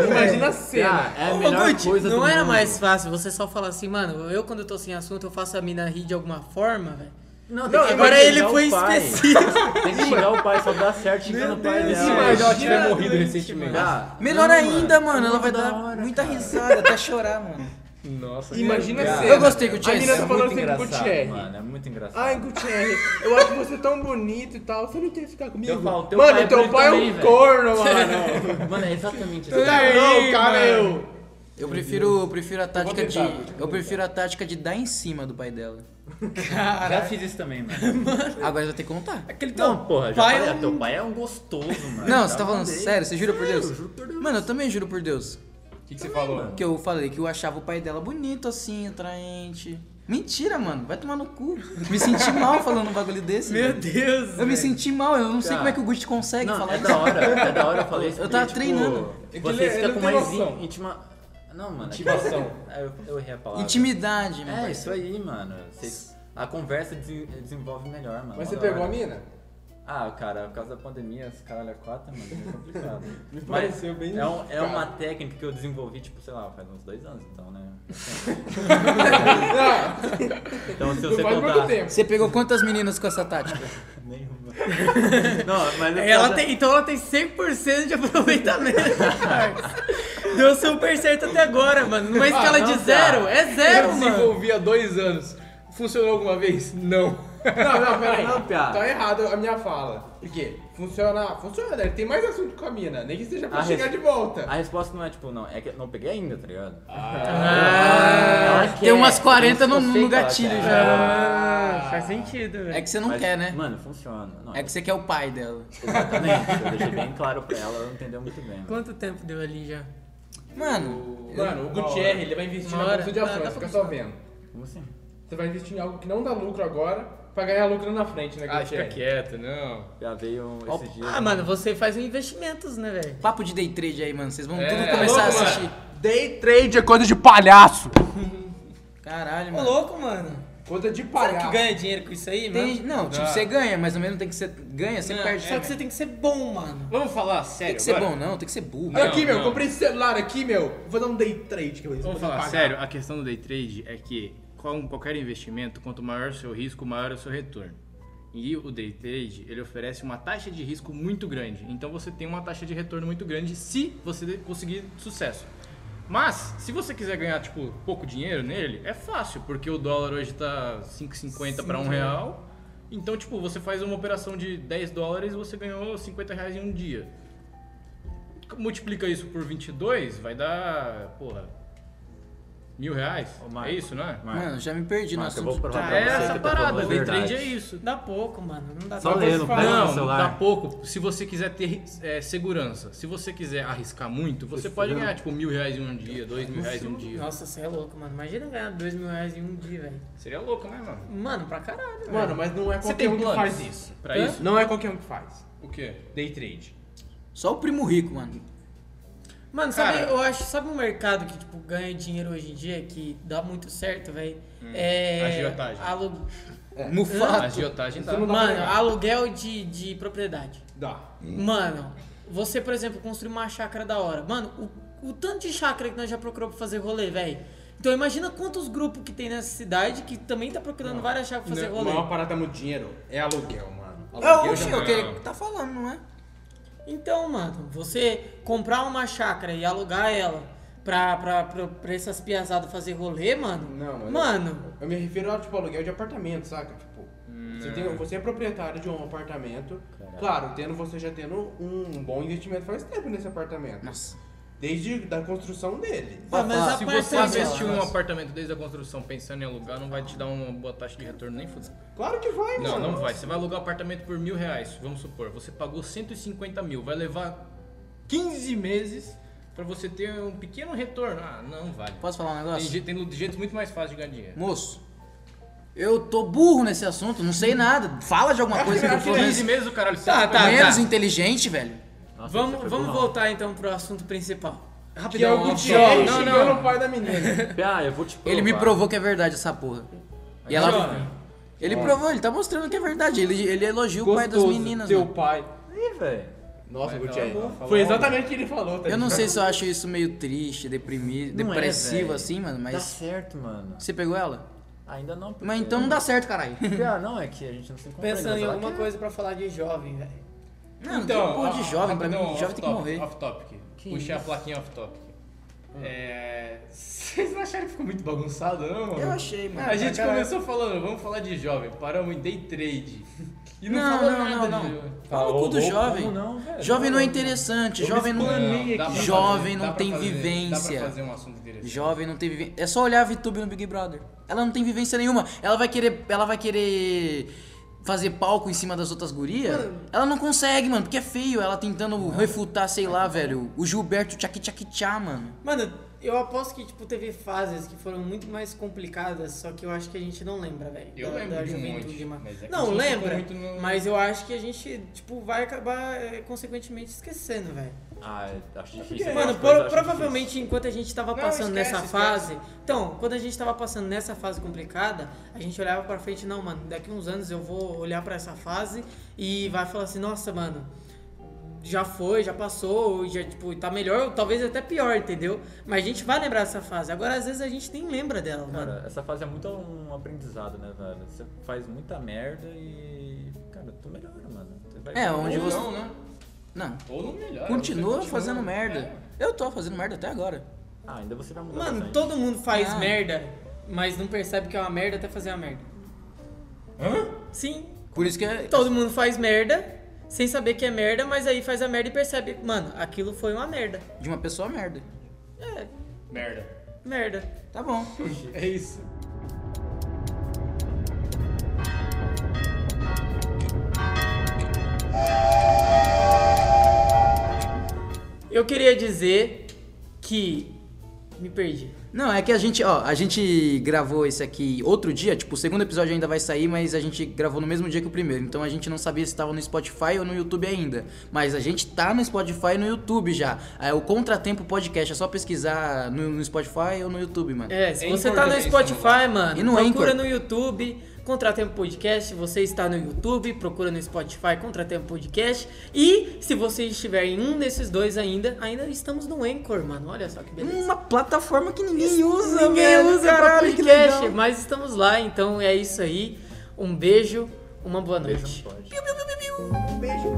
Speaker 5: Imagina a cena.
Speaker 6: Cara, é a
Speaker 8: Ô,
Speaker 6: melhor
Speaker 8: Gucci,
Speaker 6: coisa do
Speaker 3: Não era
Speaker 6: mundo.
Speaker 3: mais fácil você só falar assim, mano, eu quando eu tô sem assunto, eu faço a mina rir de alguma forma, velho.
Speaker 6: Não, tem
Speaker 3: Não,
Speaker 6: que
Speaker 3: agora
Speaker 6: xingar
Speaker 3: ele
Speaker 6: o
Speaker 3: foi
Speaker 6: pai.
Speaker 3: específico.
Speaker 6: Tem que xingar o pai, só dá certo xingando o pai dela. Ah,
Speaker 4: Imagina ela tiver morrido recentemente.
Speaker 6: Cara,
Speaker 2: Melhor
Speaker 6: não,
Speaker 2: ainda, mano. Ela
Speaker 6: muito
Speaker 2: vai
Speaker 6: da
Speaker 2: dar
Speaker 6: hora,
Speaker 2: muita risada, até chorar, mano.
Speaker 4: Nossa,
Speaker 5: Imagina a
Speaker 6: Cara,
Speaker 5: cena.
Speaker 2: Eu gostei,
Speaker 5: né? A menina
Speaker 2: Gutierrez.
Speaker 5: tá
Speaker 6: Muito
Speaker 5: falando assim pro
Speaker 6: engraçado,
Speaker 5: Gutierrez.
Speaker 6: mano. É muito engraçado.
Speaker 5: Ai, Gutierrez, eu acho você é tão bonito e tal, você não quer ficar comigo?
Speaker 6: Eu falo, teu
Speaker 5: mano,
Speaker 6: pai é
Speaker 5: teu
Speaker 6: preto
Speaker 5: pai
Speaker 6: também,
Speaker 5: é um
Speaker 6: velho.
Speaker 5: corno, mano.
Speaker 6: Mano, é exatamente
Speaker 5: Tá
Speaker 6: assim.
Speaker 5: aí, cara, eu.
Speaker 2: Eu prefiro, eu prefiro a tática de.
Speaker 5: tentar, vou tentar.
Speaker 2: Eu prefiro a tática de dar em cima do pai dela.
Speaker 6: Já fiz isso também, mano.
Speaker 2: Agora vai ter É que contar.
Speaker 8: Aquele teu
Speaker 6: Não, porra, já
Speaker 8: pai
Speaker 6: falei,
Speaker 8: é um-
Speaker 6: teu pai é um gostoso, mano.
Speaker 2: Não,
Speaker 6: Já
Speaker 2: você tá falando
Speaker 6: mandei.
Speaker 2: sério? Você jura por Deus?
Speaker 6: eu juro por Deus.
Speaker 2: Mano, eu também juro por Deus.
Speaker 5: O que, que você falou?
Speaker 2: Que eu falei que eu achava o pai dela bonito assim, atraente. Mentira, mano. Vai tomar no cu. Me senti mal falando um bagulho desse.
Speaker 8: Meu
Speaker 2: velho.
Speaker 8: Deus.
Speaker 2: Eu me
Speaker 8: velho.
Speaker 2: senti mal. Eu não sei
Speaker 6: Cara.
Speaker 2: como é que o Gucci consegue
Speaker 6: Não,
Speaker 2: falar
Speaker 6: é
Speaker 2: isso.
Speaker 6: da hora, é da hora eu falei isso.
Speaker 2: Eu
Speaker 6: porque,
Speaker 2: tava
Speaker 6: tipo,
Speaker 2: treinando.
Speaker 6: Você
Speaker 5: ele- ele
Speaker 6: fica
Speaker 5: não
Speaker 6: com
Speaker 5: tem
Speaker 6: mais
Speaker 5: noção.
Speaker 6: in- intima... Não, mano. é que-
Speaker 5: Intimação.
Speaker 6: É, Eu, eu errei a palavra.
Speaker 2: Intimidade, mano.
Speaker 6: É, isso aí, mano. Vocês- A conversa desen- desenvolve melhor, mano.
Speaker 5: Mas você
Speaker 6: Mó da
Speaker 5: pegou a
Speaker 6: hora.
Speaker 5: mina?
Speaker 6: Ah, cara, por causa da pandemia, os caralho a quatro, mano, é complicado. Me
Speaker 5: pareceu bem
Speaker 6: É, um- é uma técnica que eu desenvolvi, tipo, sei lá, faz uns dois anos, então, né?
Speaker 5: Não,
Speaker 6: Então, se
Speaker 5: não
Speaker 6: você
Speaker 5: faz muito
Speaker 6: contar...
Speaker 5: tempo.
Speaker 2: Você pegou quantas meninas com essa tática?
Speaker 6: Nenhuma. Não, mas... é por
Speaker 8: Ela
Speaker 6: causa-
Speaker 8: tem, então ela tem 100% de aproveitamento, Charles. Deu super certo até agora, mano. Numa
Speaker 2: Ah,
Speaker 8: escala de
Speaker 6: não,
Speaker 8: zero,
Speaker 6: cara.
Speaker 8: é zero,
Speaker 4: Eu
Speaker 8: mano.
Speaker 4: desenvolvi há dois anos. Funcionou alguma vez? Não.
Speaker 5: Não, não, peraí.
Speaker 6: Não, piá.
Speaker 5: Tá errado a minha fala. Por quê? Funciona, funciona. Ele tem mais assunto com a mina, nem que seja pra
Speaker 6: A
Speaker 5: chegar
Speaker 6: res-
Speaker 5: de volta.
Speaker 6: A resposta não é, tipo, não, é que eu não peguei ainda, tá ligado?
Speaker 2: Ah,
Speaker 6: Ela
Speaker 2: tem
Speaker 6: quer,
Speaker 2: umas 40
Speaker 6: eu
Speaker 2: no,
Speaker 6: sei
Speaker 2: no
Speaker 6: que ela
Speaker 2: gatilho
Speaker 6: quer.
Speaker 2: já.
Speaker 8: Ah, faz sentido, velho.
Speaker 2: É que você não
Speaker 6: É. Mas,
Speaker 2: quer, né?
Speaker 6: Mano, funciona. Não,
Speaker 2: É que você quer o pai dela.
Speaker 6: Exatamente, eu deixei bem claro pra ela, ela não entendeu muito bem. mano.
Speaker 3: Quanto tempo deu ali já?
Speaker 2: Mano,
Speaker 5: Mano, o Gutierrez, ele vai investir
Speaker 3: Uma
Speaker 5: na
Speaker 3: hora.
Speaker 5: bolsa de
Speaker 3: Ah,
Speaker 5: ações,
Speaker 3: dá pra
Speaker 5: fica só vendo.
Speaker 6: Como assim?
Speaker 5: Você vai investir em algo que não dá lucro agora, pra ganhar lucro na frente, né,
Speaker 4: Ah, fica
Speaker 5: Gutierrez?
Speaker 4: quieto, não.
Speaker 6: Já veio esses dias. né?
Speaker 3: Ah, mano, você faz investimentos, né, velho?
Speaker 2: papo de day trade aí, mano. Vocês vão
Speaker 4: É,
Speaker 2: tudo
Speaker 4: tá
Speaker 2: começar a
Speaker 4: louco,
Speaker 2: assistir.
Speaker 5: Day trade é coisa de palhaço.
Speaker 2: Caralho,
Speaker 8: Ô,
Speaker 2: mano.
Speaker 8: louco, mano.
Speaker 5: Coisa de
Speaker 8: Será que
Speaker 5: palhaço.
Speaker 8: ganha dinheiro com isso aí, mano?
Speaker 2: Tem- não, tipo, você ganha, mas ao mesmo tempo que você ganha, você
Speaker 8: Não,
Speaker 2: perde.
Speaker 8: só que você tem que ser bom, mano.
Speaker 4: Vamos falar sério
Speaker 2: Tem que ser
Speaker 4: agora?
Speaker 2: bom, não, tem que ser burro.
Speaker 5: Olha aqui,
Speaker 4: Não,
Speaker 5: meu,
Speaker 4: não.
Speaker 5: comprei esse celular aqui, meu. Vou dar um day trade que eu vou
Speaker 4: Vamos falar sério, a questão do day trade é que com qualquer investimento, quanto maior o seu risco, maior é o seu retorno. E o day trade, ele oferece uma taxa de risco muito grande. Então você tem uma taxa de retorno muito grande se você de- conseguir sucesso. Mas, se você quiser ganhar, tipo, pouco dinheiro nele, é fácil, porque o dólar hoje tá 5,50 para um real. Então, tipo, você faz uma operação de 10 dólares e você ganhou 50 reais em um dia. Multiplica isso por 22, vai dar, porra, mil reais?
Speaker 6: Ô, Marco,
Speaker 4: é isso, não é?
Speaker 6: Marco,
Speaker 2: Mano, já me perdi no
Speaker 6: Marco, eu vou
Speaker 2: assunto.
Speaker 6: provar
Speaker 4: Tá,
Speaker 6: pra
Speaker 4: é
Speaker 6: você que
Speaker 4: essa
Speaker 6: eu tô falando
Speaker 4: parada, o day
Speaker 6: verdade.
Speaker 4: trade é isso.
Speaker 8: Dá pouco, mano. Não dá
Speaker 6: Só
Speaker 8: pouco.
Speaker 6: lê, não pega no
Speaker 4: Não, dá
Speaker 6: celular.
Speaker 4: pouco. Se você quiser ter é, segurança, se você quiser arriscar muito, você pode ganhar, tipo, mil reais em um dia, dois mil reais em um dia.
Speaker 3: Nossa, você é louco, mano. Imagina ganhar dois mil reais em um dia, velho.
Speaker 4: Seria louco, né, mano?
Speaker 3: Mano, pra caralho, velho.
Speaker 5: Mano, mas não é qualquer um que faz isso.
Speaker 4: Pra
Speaker 3: Hã?
Speaker 4: Tá isso?
Speaker 5: Não é qualquer um que faz.
Speaker 4: O quê?
Speaker 5: Day trade.
Speaker 2: Só o primo rico, mano.
Speaker 3: Mano, sabe,
Speaker 4: Cara.
Speaker 3: eu acho, sabe um mercado que, tipo, ganha dinheiro hoje em dia, que dá muito certo, velho?
Speaker 5: Hum.
Speaker 3: É.
Speaker 4: agiotagem.
Speaker 3: alu-
Speaker 4: A
Speaker 8: É.
Speaker 2: Mufato.
Speaker 4: agiotagem tá.
Speaker 5: Você não dá pra
Speaker 3: Mano,
Speaker 5: negar.
Speaker 3: aluguel de, de propriedade.
Speaker 5: Dá.
Speaker 3: Mano,
Speaker 9: Você, por exemplo, construir uma chácara da hora. Mano, o, o tanto de chácara que nós já procuramos pra fazer rolê, velho. Então imagina quantos grupos que tem nessa cidade que também tá procurando várias chácaras pra fazer
Speaker 5: Não,
Speaker 9: rolê.
Speaker 5: A Né? maior parada no dinheiro é aluguel, mano.
Speaker 2: Ah,
Speaker 5: Aluguel
Speaker 2: o
Speaker 5: já-
Speaker 2: Chico, que tá falando, não é?
Speaker 9: Então, mano, você comprar uma chácara e alugar ela pra, pra, pra, pra essas piazadas fazer rolê, mano.
Speaker 5: Não, mano.
Speaker 9: Mano,
Speaker 5: Eu me refiro ao tipo aluguel de apartamento, saca? Tipo, você, tem- você é proprietário de um apartamento. Claro, tendo você já tendo um bom investimento faz tempo nesse apartamento.
Speaker 2: Nossa.
Speaker 5: Desde da construção dele.
Speaker 9: ah, mas a
Speaker 4: Se
Speaker 9: parte
Speaker 4: você
Speaker 9: é
Speaker 4: investir
Speaker 9: igual.
Speaker 4: um apartamento desde a construção pensando em alugar, não vai te dar uma boa taxa de retorno nem fudendo.
Speaker 5: Claro que vai,
Speaker 4: Não,
Speaker 5: mano.
Speaker 4: não vai. Você vai alugar um apartamento por mil reais, vamos supor. Você pagou 150 mil, vai levar 15 meses pra você ter um pequeno retorno. Ah, não vale.
Speaker 2: Posso falar um
Speaker 4: Tem,
Speaker 2: negócio?
Speaker 4: je- tem lu- jeitos muito mais fáceis de ganhar dinheiro.
Speaker 2: Moço, eu tô burro nesse assunto, não sei nada. Fala de alguma coisa que eu tô
Speaker 4: 15
Speaker 2: menos,
Speaker 4: meses o caralho.
Speaker 9: Tá, tá,
Speaker 2: menos inteligente, velho.
Speaker 6: Nossa, essa
Speaker 9: Vamos,
Speaker 6: foi
Speaker 9: vamos
Speaker 6: boa.
Speaker 9: voltar então pro assunto principal.
Speaker 5: Que é
Speaker 9: Rapidão,
Speaker 5: o
Speaker 9: ó.
Speaker 5: Gutierrez
Speaker 4: Não,
Speaker 5: chegando
Speaker 4: não.
Speaker 5: no pai da menina.
Speaker 6: Piá, ah, eu vou te provar.
Speaker 2: Ele me provou que é verdade essa porra. E
Speaker 9: Jovem.
Speaker 2: ela. Ele provou, ele tá mostrando que é verdade. Ele, ele elogia o pai das
Speaker 5: Gostoso,
Speaker 2: meninas.
Speaker 5: Teu
Speaker 2: mano.
Speaker 5: pai.
Speaker 6: Ih, velho.
Speaker 5: Nossa,
Speaker 4: Vai
Speaker 5: Gutierrez.
Speaker 4: falar,
Speaker 5: Foi exatamente o que ele falou, tá
Speaker 2: Eu não
Speaker 5: ligado?
Speaker 2: sei se eu acho isso meio triste, deprimido,
Speaker 6: Não é,
Speaker 2: depressivo
Speaker 6: velho.
Speaker 2: assim, mano,
Speaker 6: Tá
Speaker 2: mas.
Speaker 6: certo, mano.
Speaker 2: Você pegou ela?
Speaker 6: Ainda não. porque-
Speaker 2: Mas então não dá certo, caralho.
Speaker 6: Piá, não, é que a gente não se encontra
Speaker 3: Pensando
Speaker 6: ainda,
Speaker 3: em
Speaker 6: só
Speaker 3: alguma
Speaker 6: que- é?
Speaker 3: coisa pra falar de jovem, velho.
Speaker 2: Não, então, porra de jovem, pra mim,
Speaker 4: rapidão,
Speaker 2: jovem tem que
Speaker 4: off-topic,
Speaker 2: morrer.
Speaker 4: Off-topic. Puxei a plaquinha off-topic. É, Vocês não acharam que ficou muito bagunçado, não, mano?
Speaker 2: Eu achei, mano.
Speaker 4: Ah, a gente
Speaker 2: Pra caralho.
Speaker 4: começou falando, vamos falar de jovem, paramos em day trade. E não,
Speaker 2: Não,
Speaker 4: falou
Speaker 2: não,
Speaker 4: nada
Speaker 2: não,
Speaker 4: de
Speaker 2: não.
Speaker 4: jovem.
Speaker 2: Fala o cu do
Speaker 6: Ou- ou
Speaker 2: jovem.
Speaker 6: não, velho.
Speaker 2: Jovem não é interessante, jovem não.
Speaker 4: Não, dá pra fazer,
Speaker 2: Jovem
Speaker 4: dá
Speaker 2: não
Speaker 4: pra
Speaker 2: tem
Speaker 4: fazer, Dá pra
Speaker 2: vivência.
Speaker 4: fazer um assunto interessante.
Speaker 2: Jovem não tem vivência. É só olhar a VTube no Big Brother. Ela não tem vivência nenhuma. Ela vai querer. Ela vai querer fazer palco em cima das outras gurias. Ela não consegue, mano, porque é feio. Ela tentando refutar, sei lá, velho, o Gilberto tchaki tchaki tchá, mano.
Speaker 3: Mano, eu aposto que, tipo, teve fases que foram muito mais complicadas, só que eu acho que a gente não lembra, velho.
Speaker 4: Eu
Speaker 3: da,
Speaker 4: lembro
Speaker 3: da
Speaker 4: de um
Speaker 3: juventude.
Speaker 4: monte,
Speaker 3: mano.
Speaker 4: mas é que
Speaker 3: não,
Speaker 4: isso ficou
Speaker 3: lembra,
Speaker 4: muito no-
Speaker 3: mas eu acho que a gente, tipo, vai acabar, é, consequentemente, esquecendo, velho.
Speaker 6: Ah, eu acho difícil.
Speaker 3: É, Mano,
Speaker 6: essas
Speaker 3: pro-
Speaker 6: coisas, eu acho
Speaker 3: provavelmente enquanto a gente tava
Speaker 4: Não,
Speaker 3: passando
Speaker 4: esquece,
Speaker 3: nessa
Speaker 4: esquece.
Speaker 3: fase. Então, quando a gente tava passando nessa fase complicada, a gente olhava pra frente, não, mano, daqui uns anos eu vou olhar pra essa fase e vai falar assim, nossa, mano, já foi, já passou, já, tipo, tá melhor, ou talvez até pior, entendeu? Mas a gente vai lembrar dessa fase. Agora, às vezes, a gente nem lembra dela, mano.
Speaker 6: Cara, essa fase é muito um aprendizado, né, velho? Você faz muita merda e. Cara, tu melhora, mano. Você vai-
Speaker 2: É, onde
Speaker 4: Ou
Speaker 2: você.
Speaker 4: não, né?
Speaker 2: Não.
Speaker 4: Ou não melhor.
Speaker 2: Continua fazendo merda.
Speaker 4: É.
Speaker 2: Eu tô fazendo merda até agora.
Speaker 6: Ah, ainda você vai mudar.
Speaker 3: Mano,
Speaker 6: bastante.
Speaker 3: todo mundo faz
Speaker 2: Ah.
Speaker 3: merda, mas não percebe que é uma merda até fazer a merda. Hã? Sim,
Speaker 2: Por isso que é.
Speaker 3: Todo mundo faz merda, sem saber que é merda, mas aí faz a merda e percebe, mano, aquilo foi uma merda.
Speaker 2: De uma pessoa merda.
Speaker 3: É,
Speaker 4: Merda.
Speaker 3: merda.
Speaker 2: Tá bom.
Speaker 5: É isso.
Speaker 3: Eu queria dizer que me perdi.
Speaker 2: Não, é que a gente, ó, a gente gravou esse aqui outro dia, tipo, o segundo episódio ainda vai sair, mas a gente gravou no mesmo dia que o primeiro, então a gente não sabia se tava no Spotify ou no YouTube ainda. Mas a gente tá no Spotify e no YouTube já. É o Contratempo Podcast, é só pesquisar no, no Spotify ou no YouTube, mano.
Speaker 3: É, se
Speaker 4: É
Speaker 3: você
Speaker 4: Anchor
Speaker 3: tá no
Speaker 4: também,
Speaker 3: Spotify, mano,
Speaker 2: E no
Speaker 3: procura
Speaker 2: Anchor.
Speaker 3: no YouTube, Contratempo Podcast, você está no YouTube, procura no Spotify, Contratempo Podcast, e se você estiver em um desses dois ainda, ainda estamos no Anchor, mano, olha só que beleza.
Speaker 2: Uma plataforma que ninguém usa,
Speaker 3: Ninguém
Speaker 2: velho,
Speaker 3: usa
Speaker 2: caralho,
Speaker 3: pra
Speaker 2: que
Speaker 3: podcast,
Speaker 2: legal.
Speaker 3: mas estamos lá, então é isso aí. Um beijo, uma boa noite.
Speaker 6: Pode.
Speaker 5: Beijo.